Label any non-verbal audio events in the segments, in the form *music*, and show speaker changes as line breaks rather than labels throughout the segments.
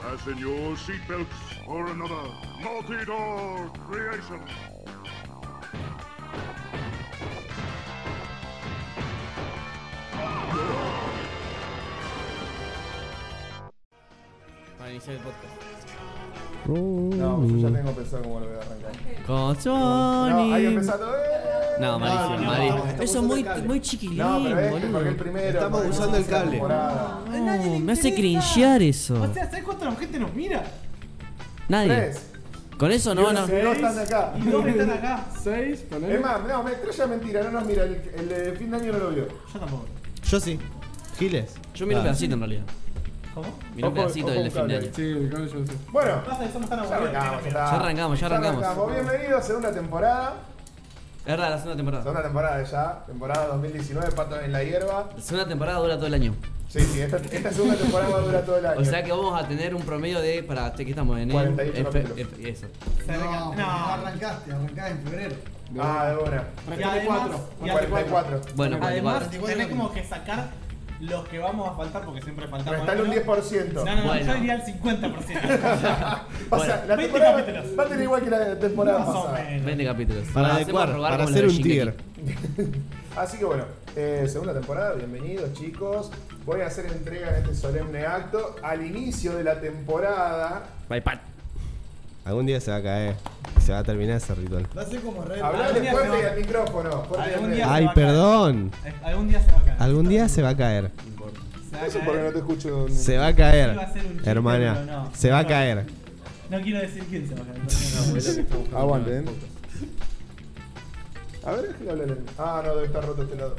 Fasten your seatbelts for another multi-door creation.
Para iniciar el podcast.
No,
Mm.
yo ya tengo pensado cómo lo voy a arrancar.
Con
No, hay que
Sony.
empezar todo. ¡eh!
No, malísimo,
no, no,
malísimo.
no,
Eso es muy, muy chiquilín,
No, pero este porque el
boludo.
primero.
Estamos
porque
usando
es
el cable.
temporada.
A nadie le
Oh, me hace
interesa.
cringear eso.
O sea, ¿sabes cuánto la gente nos mira?
Nadie.
Tres.
Con eso no, no.
Y dos están de acá.
Y dos están acá.
Seis, ponele.
Es más, no, me estrella mentira, no nos mira. El, el de fin de año no lo vio.
Yo tampoco.
Yo sí. Giles.
Yo miro un
Ah.
pedacito en realidad.
¿Cómo?
Miro un
Ojo-
pedacito
ojo
del de fin
un
de
cable.
año.
Sí, el cable yo lo sé.
Bueno,
Pasa que somos tan
ya
aburridos.
arrancamos.
que no-
está.
Ya arrancamos, ya arrancamos.
Bienvenidos a segunda temporada.
Es rara la segunda temporada.
Segunda temporada ya. Temporada 2019, Patos en la Hierba.
La segunda temporada dura todo el año.
Sí, sí, esta, esta segunda temporada va a durar todo el año.
O sea que vamos a tener un promedio de. Para, ¿qué estamos en?
48
en-
capítulos.
en- Eso.
Se arranca-
No,
No.
arrancaste, arrancaste en febrero.
Ah, de buena.
Y además, y además,
44.
Bueno,
además
44.
44.
tenés como que sacar los que vamos a faltar porque siempre faltamos.
Restale un
alguno. No,
10%.
no, no,
Bueno.
yo diría el
*laughs*
50%.
O sea, la
20
temporada
capítulos.
va a tener igual que la temporada
Más o
pasada.
menos.
20 capítulos.
Para
Hacemos
adecuar,
rogar
para
como
hacer
los
un
de
tier.
Shingeki.
Así que bueno, eh, segunda temporada, bienvenidos chicos. Voy a hacer entrega en este solemne acto al inicio de la temporada.
Bye, pat.
Algún día se va a caer. y Se va a terminar ese ritual.
Va a ser como re.
Hablale
Algún día
fuerte
se
y
va-
al micrófono. Fuerte y al
Algún día-
micrófono.
Ay,
va a caer.
perdón.
Eh, Algún día se va a caer.
Algún día se va a caer.
Se va a
Eso
caer.
porque no te escucho.
Se va
Iba
a
a
caer.
ser un chiste,
Hermana.
pero no.
Se va a caer.
No quiero decir quién se va a caer. no, no, no.
Aguanten. A ver, déjale hablar. al- Ah, no, debe estar roto este lado.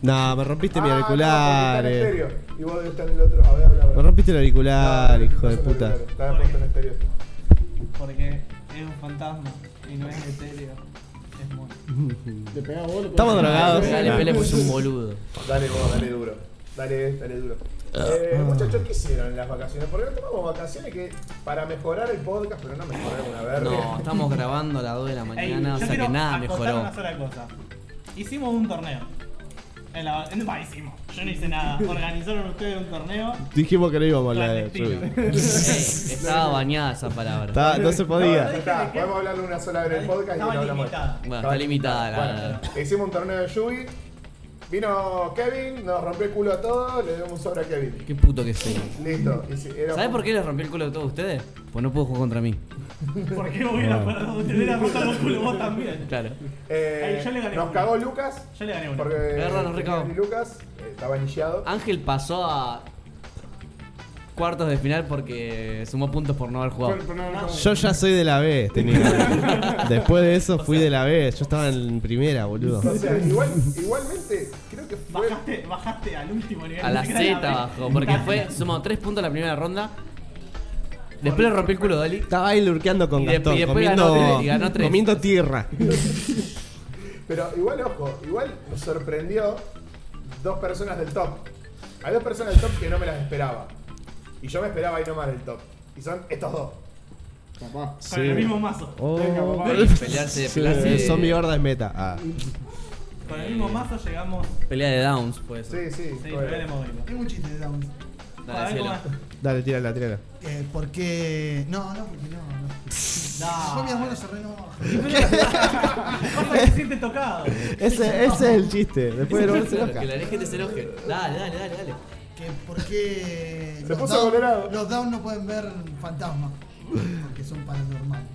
No, me rompiste mi
Ah, no, porque está
auricular.
en
eh.
estéreo. Y vos debes estar en el otro. A ver, habla, habla.
Me rompiste el auricular,
No,
hijo de
no son
puta.
auriculares, Está puesto en estéreo.
Porque es un fantasma y no es etéreo. Es mono.
Te pegás vos, le pegás
Estamos
vos.
drogados.
Dale, pele, pues
*laughs*
un boludo.
Dale vos, dale duro. Dale, dale duro.
Ah.
Eh, muchachos, ¿qué hicieron en las vacaciones? Porque no tomamos vacaciones que para mejorar el podcast, pero no mejorar una verga.
No, estamos grabando a las 2 de la
Ey,
mañana, o
yo
sea que
quiero
nada
acotar
mejoró.
una sola cosa. Hicimos un torneo. En la, en, bah, hicimos. Yo no
*laughs*
hice nada. Organizaron ustedes un torneo.
Dijimos que no íbamos a hablar de
clandestino.
Ruby.
Ey, *laughs* estaba bañada esa palabra.
Estaba- No se
No, ya
podía.
está, podemos hablarlo una sola vez en el podcast y
Estaba
lo hablamos.
limitada.
Bueno, está limitada la.
Bueno, hicimos un torneo de Yugi. Vino Kevin, nos rompió el culo a todos, le dimos un sobre a Kevin.
Qué puto que soy.
Listo. y si- era-
¿Sabes por qué les rompí el culo a todos ustedes? Pues no puedo jugar contra mí.
¿Por
*laughs*
qué
Ah.
hubiera perdido? Te hubiera roto el culo vos también.
Claro.
Eh,
Ey, yo le gané
nos
uno.
cagó Lucas.
Yo le gané uno.
Porque
Perro, nos recagó. Ah,
y Lucas eh, estaba anillado.
Ángel pasó a cuartos de final porque sumó puntos por no haber jugado.
Pero- pero
Ah,
no, no, no.
Yo ya soy de la B, tenía. Después de eso fui de la B. Yo estaba en primera, boludo.
O sea, igual, igualmente, creo que fue.
Bajaste, bajaste al último nivel.
A
ni
la
siquiera era
Z
B.
bajó, porque fue sumó 3 puntos la primera ronda. Después le rompí el culo a Dolly.
Estaba ahí lurqueando con
Y después-
Gastón,
y después
comiendo,
ganó- y ganó tres.
comiendo tierra.
Pero igual, ojo, igual nos sorprendió dos personas del top. Hay dos personas del top que no me las esperaba. Y yo me esperaba ahí nomás del top. Y son estos dos.
Capaz.
Con el mismo mazo.
Oh.
Venga, papá.
Pelearse,
Oh. Sí,
pelearse.
Zombie horda es meta. Ah.
Con el mismo mazo llegamos.
Pelea de downs, pues.
Sí, sí.
Sí,
todo
pero
bien.
de móvil.
Tengo un chiste de Downs.
Dale, cielo.
Dale, tírala, tírala.
Eh, ¿Por qué? No, no, porque no. no.
Ah.
Después
*laughs*
mi abuelo se renova.
Vas a sentirte tocado.
Ese, ese es el chiste. Después de volverse
Claro,
loca.
que la gente se enoje. Dale, dale, dale, dale.
Que ¿Por qué
Se
los
puso
Downs-
colorado.
los Downs no pueden ver fantasmas? Porque son paranormales.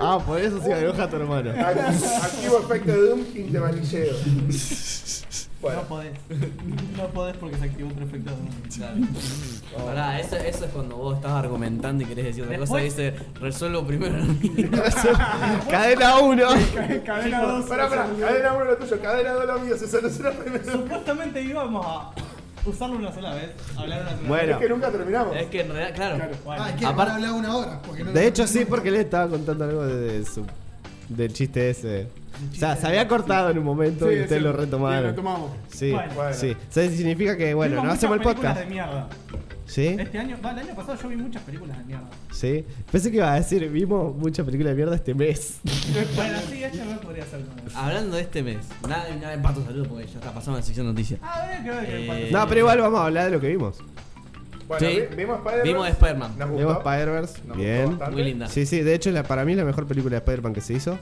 Ah, por eso se enoja a tu hermano.
Activo efecto de Dumpkin de manilleo. *laughs* Bueno,
No podés. No podés porque se activó otro efecto. de-
Dale. Pará, eso, eso es cuando vos estás argumentando y querés decir otra cosa y dice, resuelvo primero.
Cadena 1.
Cadena dos.
pará, pará, cadena uno lo tuyo, cadena dos lo mío, se soluciona primero.
Supuestamente íbamos a usarlo una sola vez, hablar una sola
Bueno.
Es que nunca terminamos.
es que en realidad, claro.
vez. Bueno,
Ah, que
aparte-
van a hablar una hora. Porque no
De hecho, sí, porque le estaba contando algo de, de su, del chiste ese. O sea, se había cortado en un momento y
Sí,
ustedes
sí.
lo
Sí,
retomaron.
Lo tomamos.
Sí,
Bueno.
sí. O sea, significa que, bueno,
vimos
no
muchas
hacemos el
películas
podcast.
De mierda.
Sí,
Este año, va, el año pasado yo vi muchas películas de
*laughs*
mierda.
sí. Pensé que iba a decir, vimos mucha película de mierda este mes.
Bueno, sí, este no podría ser una de esas.
Hablando de este mes, nada, nada de pato saludo porque ya está pasando la sección de noticias.
Ah, bueno, creo que
Eh,
cuando-
No, pero igual vamos a hablar de lo que vimos.
Bueno,
Sí.
vi- vimos Spider-Man.
Vimos Spider-Man.
Nos
Luego
gustó.
Spider-Verse,
Nos gustó
bien.
bastante.
Muy linda.
Sí, sí, de hecho la, para mí la mejor película de Spider-Man que se hizo.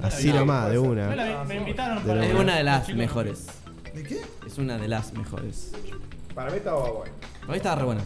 Así
vi.
nomás, de
Yo la
una.
vi, me invitaron
De
para.
la
Es
buena.
una de las
Chicos,
mejores.
¿De qué?
Es una de las mejores.
Para mí estaba bueno.
Para mí estaba re buena.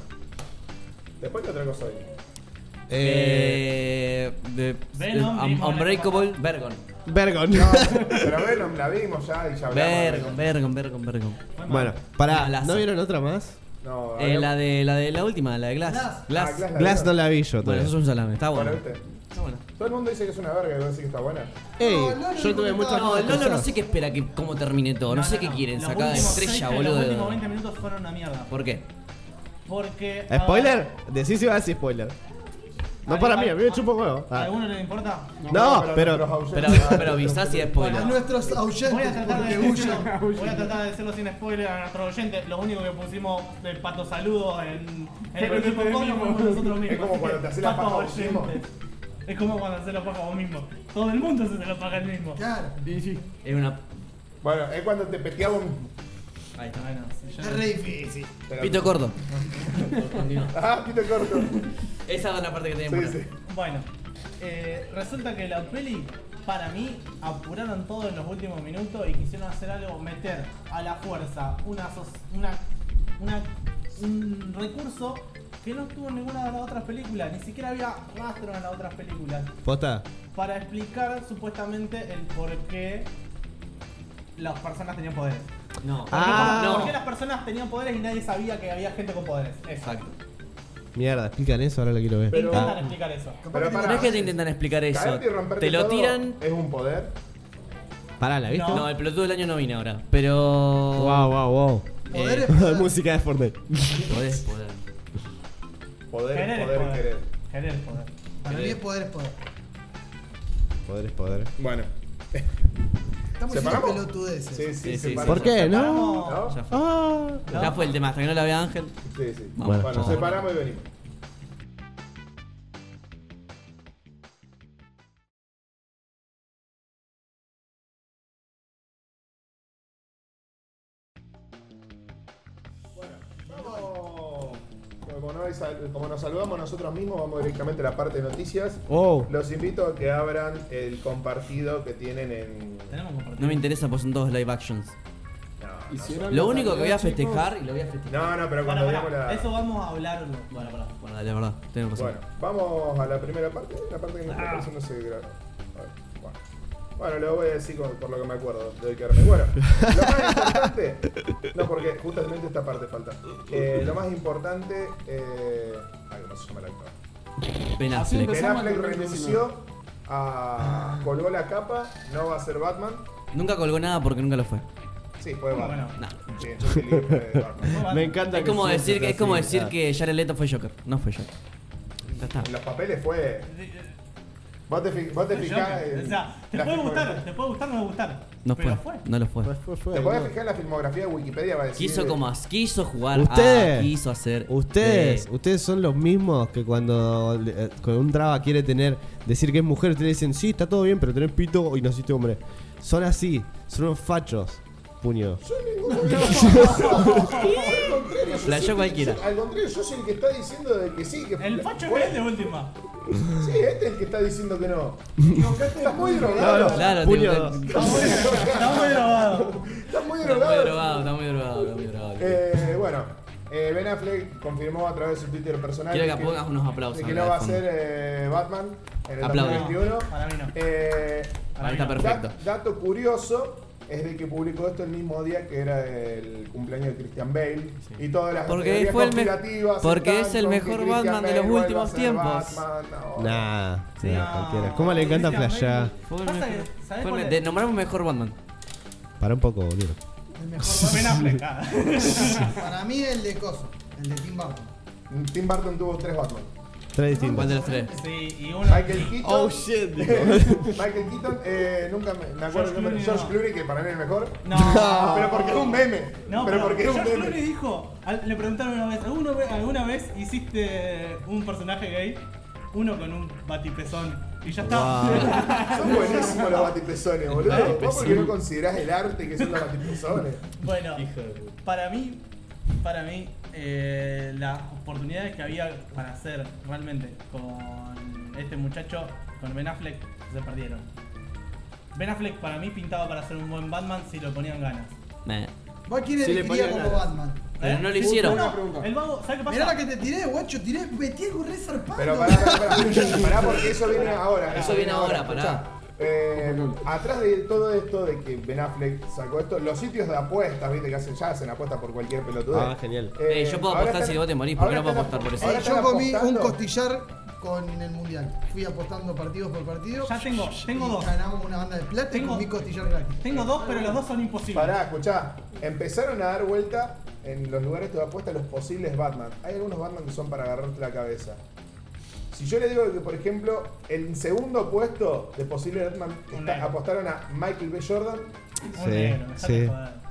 Después, ¿qué otra cosa vi?
Eh, de,
Venom,
de-
vimos la
Unbreakable, Vergon.
Vergon.
Pero bueno, la vimos ya y ya hablamos.
Vergon, Vergon, Vergon, Vergon.
*laughs* bueno, pará,
Malazo.
¿no vieron otra más?
No,
Eh,
hablamos-
la de la de la última, la de Glass.
Glass.
Glass.
Ah, Glass.
Glass no la vi yo
Bueno,
todavía.
eso es un salame, está
Bueno,
bueno.
¿viste?
Está bueno.
este? Todo el mundo dice que es una verga y vos decís que está buena.
Ey,
No, Lolo
yo
dijo
tuve
que
muchas
estaba-
No, el
cosas.
Lolo no sé qué espera que cómo termine todo, no, sé qué quieren
Los
sacar de
últimos
estrella,
30, Los últimos
boludo.
20 minutos fueron una mierda.
¿Por qué?
Porque.
¿Spoiler? Decí si va a decir spoiler. No para mí, a mí me chupa un huevo.
¿A
Ah.
alguno le importa?
No, pero.
nuestros
Pero,
ausentes-
pero avisá si es
A
spoiler.
nuestros
Voy a
oyentes,
tratar de
porque huyan.
voy a tratar de decirlo sin spoiler a nuestros oyentes. Lo único que pusimos de pato saludo en, en el primer podcast lo fuimos nosotros mismos.
Es como cuando te haces la
Pato
paja vos mismo.
oyente. Es como cuando haces la paja vos mismo. Todo el mundo se lo paga el mismo.
Claro.
Y sí.
Es una.
Bueno, es cuando te peteaba un.
Ahí está.
Bueno, si yo-
Es re difícil.
pero-
Pito corto. Continúa.
Ah, pito corto.
*laughs* Esa es la parte que tenía
Sí,
que
sí.
Bueno, eh, resulta que la peli, para mí, apuraron todo en los últimos minutos y quisieron hacer algo, meter a la fuerza una, sos- una, una- un recurso que no estuvo en ninguna de las otras películas, ni siquiera había rastro en las otras películas,
Posta.
para explicar supuestamente el por qué las personas tenían poderes.
No.
¿Por qué-
Ah.
por- ¿Por
no.
qué las personas tenían poderes y nadie sabía que había gente con poderes? Eso.
Exacto.
Mierda, explican eso, ahora lo quiero ver. Ah,
Pero-
Intentan explicar eso.
Pero
que
pará.
No es que te intentan explicar eso.
Caerte y romperte
Te lo
todo Eh,
tiran.
Es un poder.
Pará, ¿la viste?
No.
No, el pelotudo del año no vino ahora. Pero.
Wow,
*laughs*
wow, wow.
Poderes.
*laughs* Música de Fortnite.
Podés poder.
Poder,
Querer es
poder,
poder.
querer.
Querer es poder.
Para mí es poder es poder.
Poder es poder.
Bueno.
Estamos haciendo
¿Separamos?
pelotudeces.
Sí,
Sí, sí,
sí,
sí.
separamos.
¿Por qué? No.
Separamos-
¿No?
Ya fue.
Ah.
Ya fue el tema, hasta que no la vea Ángel.
Sí, sí.
Vamos,
Bueno,
vamos.
separamos y venimos. Bueno, vamos. Como, no hay sal- como nos saludamos nosotros mismos, vamos directamente a la parte de noticias.
Wow.
Los invito a que abran el compartido que tienen en.
Tenemos que compartir.
No me interesa, pues son todos live actions.
No,
Hicieron
Lo
la
único que voy
tarea,
a festejar y lo voy a festejar.
no, no, pero
Pará,
cuando
pará,
veamos la.
Eso vamos a hablarlo.
Bueno, pará. Bueno, dale, la verdad. Tenés razón.
Bueno, vamos a la primera parte. La parte que me está
Ah.
pareciendo se graba. Bueno, bueno lo voy a decir con- por lo que me acuerdo de quedarme. Bueno, lo más importante. No, porque justamente esta parte falta. Eh, lo más importante. Eh, ay, no se llama el actor.
Ben
Así
Affleck.
Ben
Empezamos
Affleck
en el
renunció. A, colgó la capa. No va a ser Batman.
Nunca colgó nada porque nunca lo fue.
Sí, fue
Ah, Bueno,
Batman.
No.
Sí, entonces libre de Batman.
Bueno,
Me encanta
Es como
siempre
decir, que- es
así,
como decir
ah.
que Jared Leto fue Joker. No fue Joker. Ya está.
En los papeles fue. Vos te, fi- vos te
Joker,
fijás. en
o sea, te
la
puede
filmografía-
gustar, te puede gustar o no gustar.
No
pero
fue. No lo fue.
Fue, fue, fue,
Te podés
¿no?
fijar en la filmografía de Wikipedia. Va a decir,
Quiso como as- quiso jugar
Ustedes.
a, quiso hacer.
Ustedes,
de-
ustedes son los mismos que cuando, le- eh, cuando un traba quiere tener, decir que es mujer, ustedes dicen, sí, está todo bien, pero tenés pito y naciste hombre. Son así, son unos fachos, puño.
Flasheó cualquiera.
Al contrario, yo soy el que está diciendo de que sí. Que
El facho
Bueno,
es él de última.
Sí, este es el que está diciendo que no. Estás muy drogado.
Claro,
puño.
tipo, está-
Está muy drogado.
Estás muy
está muy
drogado.
drogado, está muy drogado, está muy drogado.
Eh, bueno, eh, Ben Affleck confirmó a través de su Twitter personal
Quiero
de
que pongas unos aplausos
de que
acá
no
de
va a
fondo.
ser eh, Batman en el
Aplausos.
2021.
Para mí no.
Eh,
Para mí está perfecto.
dat- dato curioso es de que publicó esto el mismo día que era el cumpleaños de Christian Bale y todas las
Porque
teorías
fue el me-
conspirativas
porque
están
es el
con que
mejor
Christian
Batman de
Bale
los
vuelva a
últimos
ser
tiempos.
Batman ahora.
Nah,
Sí,
nah,
no.
cualquiera. ¿Cómo le encanta
Christian
flashear?
Bale.
Fue el
Pasa
mejor-
que,
fue
¿sabes
el
cuál
me-
es?
de- nombrame mejor Batman.
Para un poco, boludo.
El mejor
Ben
*laughs*
Affleck. ah.
*laughs* Para mí el de Coso, el de Tim Burton.
Tim Burton tuvo tres Batman.
Tres
¿Cuál de
distintos.
los tres?
Sí, y uno.
Michael
Oh,
y-
Keaton.
shit,
*laughs* Michael Keaton, eh, nunca me, me acuerdo
George
el nombre.
Clooney,
George
no.
Clooney, que para mí es el mejor.
*laughs*
No.
Pero porque es un meme. pero,
No, pero,
porque es un
George
meme.
Clooney dijo, al- le preguntaron una vez, ¿alguna vez, alguna vez hiciste un personaje gay? Uno con un batipezón. Y ya *laughs* está.
Son buenísimos los batipezones, boludo. ¿Vos
Batipezón.
por qué no considerás el arte que son los batipezones?
bueno, para mí, para mí eh, las oportunidades que había para hacer realmente con este muchacho, con Ben Affleck, se perdieron. Ben Affleck para mí pintaba para ser un buen Batman si lo ponían ganas.
Meh.
¿Vos quién
Sí, le
elegiría
ponía
como
ganas.
Batman?
Pero
¿Eh?
no lo hicieron.
Una pregunta.
El vago, ¿sabes qué pasa?
Mirá la que te tiré, guacho, tiré, metí algo re zarpado.
Pero pará, pará, pará, pará, porque eso viene ahora.
Eso viene ahora, pará.
Escuchá, eh, atrás de todo esto de que Ben Affleck sacó esto, los sitios de apuestas, viste, que hacen ya, hacen apuestas por cualquier pelotudo.
Ah, genial.
Eh, yo puedo apostar si vos te morís, ¿por qué no puedo apostar por eso?
Eh, yo comí un costillar con el mundial. Fui apostando partidos por partido.
Ya tengo, tengo
y
dos.
Ganamos una banda de plata y
Tengo-
comí costillar gratis.
Tengo dos, pero los dos son imposibles.
Pará, escuchá, empezaron a dar vuelta en los lugares de apuestas los posibles Batman. Hay algunos Batman que son para agarrarte la cabeza. Si yo le digo que, por ejemplo, el segundo puesto de posibles Batman
Un
está-
negro.
apostaron a Michael B. Jordan,
Un
Sí,
negro, dejate
sí.
de joder.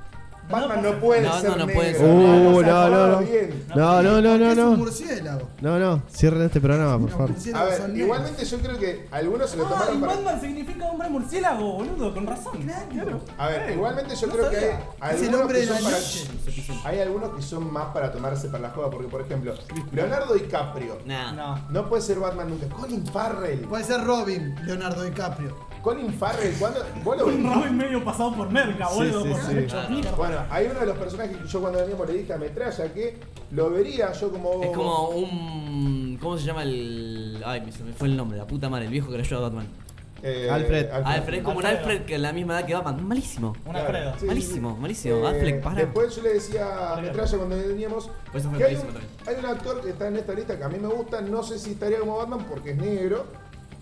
Batman
pasa-
no puede
No, no,
ser
no
negro.
puede ser.
Uh,
se ha
no, no,
jugado
no.
bien.
No, no, no, no,
Es un
no.
murciélago.
No, no. Cierren este programa, por
Los
favor.
A
murciélagos son
ver, igualmente yo creo que algunos se lo
Ah,
tomaron
y
para...
Batman significa hombre murciélago, boludo, con razón.
negros.
A ver, igualmente yo
no
creo que
sabía.
hay
Es el
algunos
hombre
que
de la
son para...
noche.
Hay algunos que son más para tomarse para la joda, porque por ejemplo, Leonardo DiCaprio
Nah.
No.
no puede ser Batman nunca. Colin Farrell.
Puede ser Robin, Leonardo DiCaprio.
Colin Farrell, ¿cuándo? ¿Vos lo
Un Robin medio pasado por merca,
Sí,
boludo.
sí,
por
sí.
haber hecho
Claro.
mierda.
Bueno, hay uno de los personajes que yo cuando veníamos le dije a Metralla que lo vería yo como.
Es como un. ¿Cómo se llama el.? Ay, me- se me fue el nombre, la puta madre, el viejo que le ayudó a Batman.
eh,
Alfred.
Ah, Alfred es como un
Alfredo.
Alfred que es la misma edad que Batman. Malísimo.
Un
Claro,
Alfredo.
sí,
Malísimo,
sí, sí.
malísimo. Affleck, para.
Después yo le decía a Metralla cuando veníamos
Pues eso fue
que hay un,
malísimo también.
hay un actor que está en esta lista que a mí me gusta. No sé si estaría como Batman porque es negro. *laughs*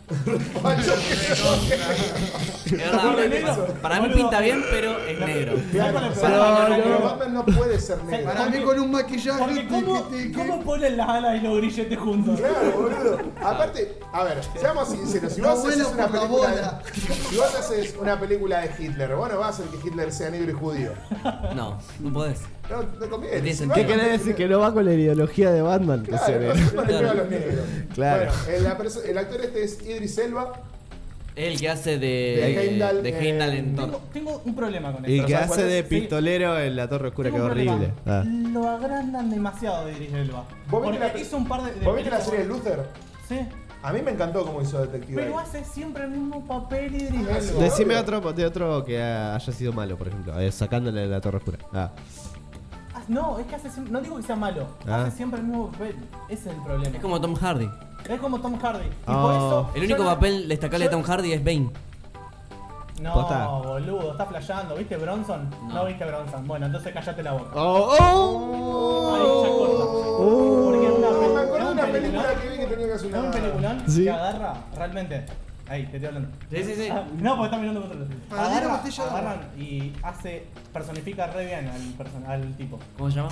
Yo creo que-
Es ¿eh? verdad,
Pobre
es
negro.
verdad. para mí
Boludo.
pinta bien, pero es negro.
Claro,
Claro,
pero-
pero Batman no puede ser negro.
Para
Porque-
mí con un maquillaje.
Porque ¿cómo,
tiqui, tiqui.
¿cómo ponen las alas y los grilletes juntos?
Claro, boludo. Aparte, a ver, seamos sinceros, si
No
vos haces
vuela
una
por la
película
bola.
de, si vos haces una película de Hitler, vos no vas a hacer que Hitler sea negro y judío.
No, no podés.
No, no conviene.
Tiene
Si
sentido.
vas a
¿Qué querés decir? Que
hacer-
no va con la ideología de Batman. que se
Claro, no,
ve.
no le pega a los negros.
Claro.
Bueno, el, la perso- el actor este es Idris Elba.
Es el que hace
De
de.
Heimdall,
De
eh,
Heimdall en
Tengo,
Thor.
tengo un problema con
Y
esto.
que
¿sabes cuál
hace de
es?
pistolero en la Torre Oscura,
Tengo
que es
un problema.
horrible. Ah.
Lo agrandan demasiado de Idris Elba.
¿Vos
Porque
viste la,
hizo un par de. de
¿Vos viste la
películas-
serie de Luther?
Sí.
A mí me encantó cómo hizo Detective.
Pero
Ahí.
hace siempre el mismo papel Idris
Ah, sí.
Elba.
Decime
obvio.
otro, de otro que ah, haya sido malo, por ejemplo, eh, sacándole de la Torre Oscura. Ah.
Ah, No, es que hace siempre. No digo que sea malo.
Ah.
Hace siempre el mismo papel. Ese es el problema.
Es como Tom Hardy.
Es como Tom Hardy. Y por
Ah.
eso.
El
yo
único
no-
papel destacable de
yo-
Tom Hardy es Bane.
No,
Posta.
boludo, está flasheando. ¿Viste Bronson? No. viste Bronson. Bueno, entonces callate la boca.
Oh, oh.
Ahí ya corta. Porque es una,
Oh,
peli-
me acuerdo de
es un
una
peliculón-
película que vi que tenía que hacer
Es
Ah.
un
una.
peliculón
Sí.
que agarra realmente. Ahí, te estoy hablando.
Sí, sí, sí.
Ah, No, porque está mirando contra el
Para mí la
agarra,
botella de agua.
agarran y hace. personifica re bien al, person- al tipo.
¿Cómo se llama?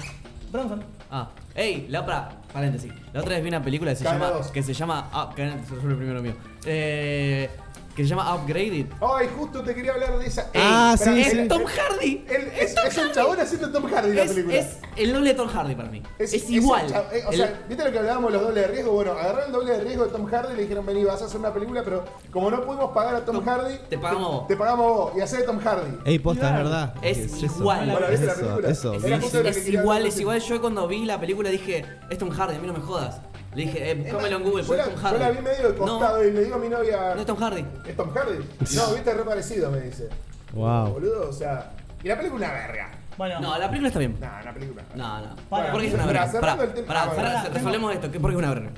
Bronson.
Ah, ey, la otra, paréntesis. La otra vez vi una película que se
Cadena
llama.
dos.
Que se llama. Ah, cadena- se resuelve primero mío. Eh, que se llama Upgraded.
Ay, justo te quería hablar de esa.
Ah,
Ey,
sí,
Es
espera, el-
Tom Hardy.
el- es, es un chabón haciendo Tom Hardy la
Es,
película.
es el doble de Tom Hardy para mí. Es,
un
igual.
cha- eh, o
El-
sea, ¿viste lo que hablábamos de los dobles de riesgo? Bueno, agarraron el doble de riesgo de Tom Hardy y le dijeron, vení, vas a hacer una película, pero como no pudimos pagar a Tom,
Tom,
Hardy,
te pagamos vos.
Te, pagamos vos y hacé de Tom Hardy.
Ey, posta, es verdad.
Es
eso.
igual.
Bueno, ¿viste la
Eso,
película?
eso.
es,
Era
es-
justo lo que
es
quería
igual,
hablar
es igual. Yo cuando vi la película dije, es Tom Hardy, a mí no me jodas. Le dije, eh, cómelo en Google,
Yo
pues
la,
es Tom
yo
Hardy.
la vi medio de costado
no,
y le digo a mi novia,
no es Tom Hardy.
¿es Tom Hardy?
*laughs*
No, viste, re parecido, me dice.
Wow.
Boludo, o sea... Y la película una verga.
Bueno,
No, la película está bien.
Nah, la película. una verga.
No, no.
Para,
porque es una
para, Eh,
verga. Pará,
cerrando el tema-
pará,
ah,
pará,
bueno.
resolvemos esto, que porque es una verga.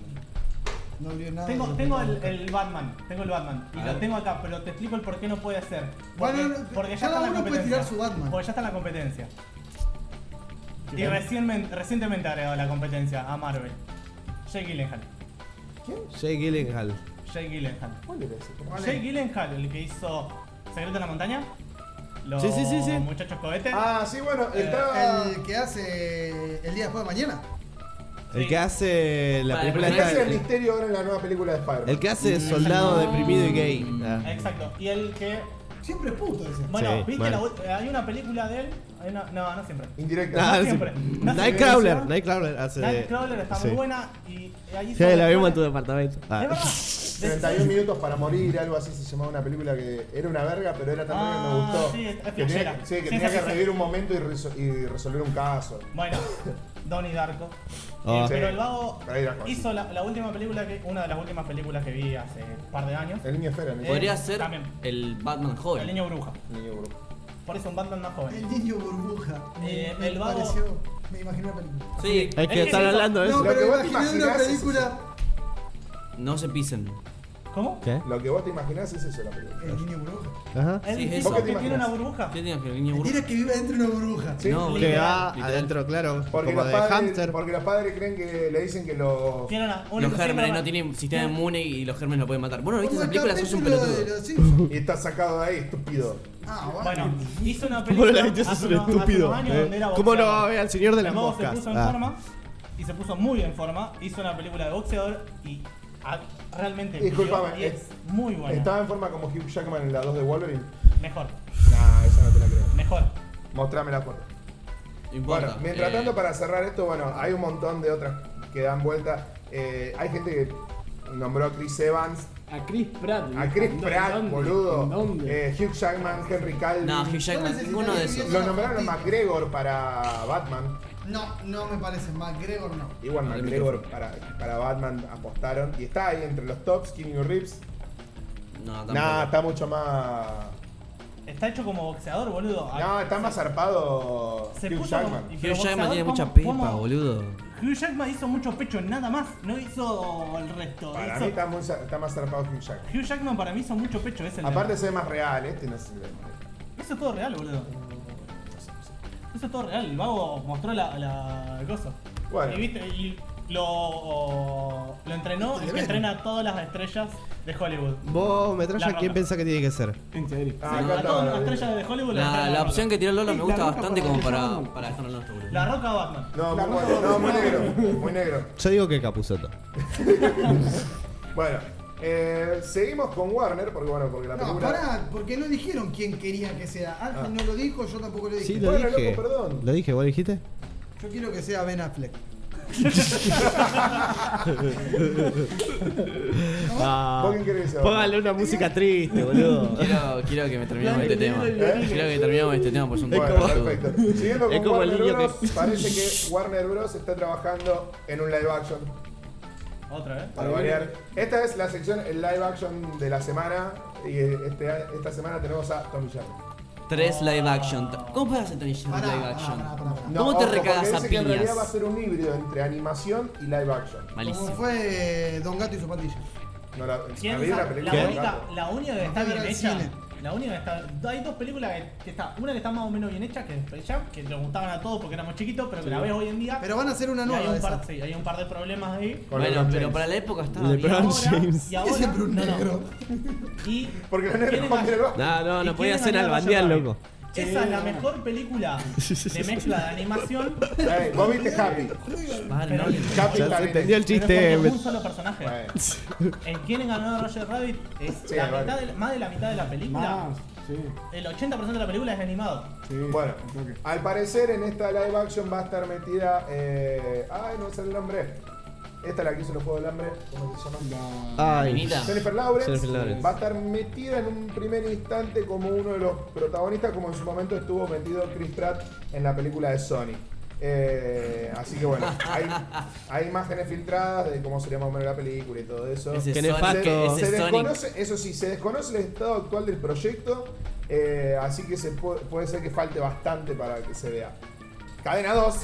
No vio nada.
tengo,
de lo que
tengo
estaba
el,
buscando.
el Batman. Tengo el Batman. Y
A
lo
ver.
tengo acá, pero te explico el por qué no puede ser. Porque,
Bueno, no,
porque ya está
cada
en la
uno puede
competencia.
tirar su Batman.
Porque ya está en la competencia. Y recientemente, recientemente ha agregado la competencia a Marvel. Jake Gyllenhaal.
Jake Gyllenhaal.
Jake Gyllenhaal.
¿Cuál era ese?
Vale.
Jake Gyllenhaal, el que hizo Secreto en la Montaña. Los
Sí, sí, sí, sí.
muchachos cohetes.
Ah, sí, bueno,
Eh,
estaba...
El que hace el día después de mañana.
El
Sí.
que hace la
Vale,
película
pero
¿Qué
esta-
hace el
el,
misterio ahora en la nueva película de Spider-Man?
que hace soldado deprimido y gay. Ah.
Exacto. Y el que.
Siempre es puto ese.
Bueno,
Sí,
viste,
bueno.
la ult- hay una película de él eh, no, no, no siempre.
Indirecta.
Ah,
No,
siempre.
sí.
No hace
Nightcrawler,
violencia.
Nightcrawler hace.
Nightcrawler está
sí.
muy buena y ahí
Ya
se-
la vimos en tu departamento. Ah.
Es
*laughs*
verdad.
31 minutos para morir, algo así se llamaba una película que era una verga, pero era tan verga que me
Ah,
gustó.
sí, es
que tenía,
flashera.
sí, que
Sí,
tenía
sí,
que
sí,
revivir
sí.
un momento y, reso- y resolver un caso.
Bueno, Donnie Darko.
Ah.
Eh, pero
Sí.
el vago
Pero ahí Darko.
hizo la, la última película que una de las últimas películas que vi hace un par de años.
El niño esfera, el niño,
Podría ser
también.
el Batman joven.
El niño bruja.
el niño grupo.
Por eso un Batman más
El
joven.
niño burbuja. Me,
Eh,
me
el vago-
pareció. Me imaginé una película.
Sí,
Hay que estar
hizo-
hablando de
No,
eso.
Lo que
pero
vos
me imaginé una
imaginás es eso.
película.
No se pisen.
¿Cómo?
¿Qué?
Lo que vos te imaginás es eso la película.
El niño burbuja.
Ajá.
Él
Sí, es
dijo
eso.
que
¿Vos qué te
tiene
imaginás?
una burbuja.
¿Qué tenías que el niño
Mentira que vive dentro de una burbuja.
Sí.
No,
Que
boludo.
va
Literal.
adentro, claro.
Porque
como
los,
de
padres,
*laughs* hamster.
porque los padres creen que le dicen que los.
Tiene una, una
Los
siempre
gérmenes
va-
no tienen sistema
tiene-
inmune y los gérmenes lo pueden matar. Bueno, ¿viste
Como
esa
el
película? Sos un
capítulo de
pelotudo.
los Simpsons.
Y está sacado de ahí, estúpido.
Ah,
Bueno, hizo una
Bueno,
película.
la gente es
hace
un
unos- hace
estúpido.
unos años
eh.
donde era
¿Cómo no
boxeador.
va a ver al señor de las
El mago se
moscas?
puso en
Ah.
forma y se puso muy en forma. Hizo una película de boxeador y ah, realmente
Disculpame,
brilló y es
es-
muy buena.
Estaba en forma como Hugh Jackman en la 2 de Wolverine.
Mejor,
Nah, esa no te la creo.
mejor.
Mostrame la foto.
No importa.
Bueno, mientras
Eh,
tanto, para cerrar esto, bueno, hay un montón de otras que dan vuelta. Eh, hay gente que nombró a Chris Evans,
A Chris Pratt.
a Chris
¿Dónde?
Pratt,
¿Dónde?
boludo.
¿Dónde?
eh, Hugh Jackman, Henry Cavill.
No, Hugh Jackman, ninguno de esos.
Lo nombraron a McGregor para Batman.
No, no me parece. McGregor no.
Igual
Ah, el
McGregor para, para Batman apostaron. Y está ahí entre los tops, Keanu Reeves.
No, tampoco.
Nah, está mucho más.
Está hecho como boxeador, boludo.
No, está más zarpado
Se
Hugh
puso
Jackman.
como-
Hugh Jackman tiene
boxeador,
mucha
¿cómo-
pepa,
cómo?
boludo.
Hugh Jackman hizo mucho pecho, nada más. No hizo el resto.
Para
hizo-
mí está, muy zar- está más zarpado Hugh Jackman.
Hugh Jackman para mí hizo mucho pecho. Es el
Aparte
tema.
se ve más real, este no se ve mal.
Eso es todo real, boludo. Eso es todo real. El vago mostró la, la cosa.
Bueno.
Y, viste, y lo, lo entrenó, el que entrena a todas las estrellas de Hollywood.
Vos,
La
metralla,
roca.
¿quién piensa que tiene que ser?
En serio.
Ah,
Sí,
acá
a
está,
todas las
bueno,
estrellas de Hollywood lo
La,
dejaron
la
a
opción que tiró Lolo me
Sí,
gusta
la roca
bastante
para
como
que
para,
llaman.
para dejarlo en nuestro, boludo.
La Roca o Batman.
No,
La
muy
roca
bueno,
de
no, muy
Batman.
negro, muy negro.
Yo digo que Capuzoto.
Bueno, eh, seguimos con Warner, porque bueno, porque la
No,
película.
pará, porque no dijeron quién quería que sea. Alfred
Ah.
no lo dijo, yo tampoco lo dije.
Sí, lo
Bueno, loco,
dije.
perdón.
Lo dije, ¿vos dijiste?
Yo quiero que sea Ben Affleck.
Ah.
¿Vos quién querés que sea?
Póngale una música triste, boludo.
Quiero, quiero que me terminemos este tema.
¿Eh?
Quiero que terminemos este tema porque es un
Bueno,
tema, boludo.
perfecto. Siguiendo
Es
con
como el
Warner
niño que-
Bros.
*laughs*
Parece que Warner Bros. está trabajando en un live action.
Otra eh. vez.
Para variar. Esta es la sección, el live action de la semana. Y eh, este, esta semana tenemos a Tommy Jerry.
Tres live action. ¿Cómo puedes hacer Tony Jerry
Pará,
live
pará,
action?
pará, pará, pará.
No,
¿Cómo te
ojo,
recagas
porque
a
dice que en realidad va a
piñas?
ser un híbrido entre animación y live action.
Como
Malísimo.
fue eh, Don Gato y su pandilla.
No la,
¿Quién
había
sabe?
una película
la,
de
única,
gato.
la única que está
Vamos a
bien
ver al
hecha.
cine.
La única que está. Hay dos películas que, que está. Una que está más o menos bien hecha, que es Bella, que nos gustaban a todos porque éramos chiquitos, pero que la ves hoy en día.
Pero van a hacer
y
una
hay
nueva.
un
de
par,
esas.
sí, hay un par de problemas ahí.
Con
Bueno,
LeBron
pero
James.
para la época estaba bien.
LeBron
Ahora-
James.
Y ahora,
Es siempre un
no, no.
negro.
Y
Porque los negros
¿quieren
van
ganar?
del
*laughs*
bajo.
No, no,
¿Y
no podía
quieren
ser
ganar la
Albandián,
Joker?
loco.
Esa es la mejor película
*laughs*
de mezcla de animación.
Ey, Vos viste Happy.
Vale, no,
Happy
Ya se
también
entendió
es-
este
el
pero
chiste.
es como un solo personaje.
Bueno.
En quién ganó a Roger Rabbit es
Sí,
la
vale.
mitad de la- más de la mitad de la película.
Más, sí,
El 80% de la película es animado.
sí.
Bueno,
al toque.
al parecer en esta live action va a estar metida. Eh, ay, no sé el nombre. Esta es la que hizo los juegos del hambre. ¿Cómo se llama?
La-
Ay.
Minita.
Jennifer Lawrence,
Jennifer Lawrence.
va a estar metida en un primer instante como uno de los protagonistas, como en su momento estuvo metido Chris Pratt en la película de Sonic. Eh, así que bueno, hay, hay imágenes filtradas de cómo sería más o menos la película y todo eso.
Ese
Qué
Sonic,
nefasto.
ese
Se
Sonic.
desconoce, eso sí, se desconoce el estado actual del proyecto, eh, así que se puede, puede ser que falte bastante para que se vea. Cadena 2.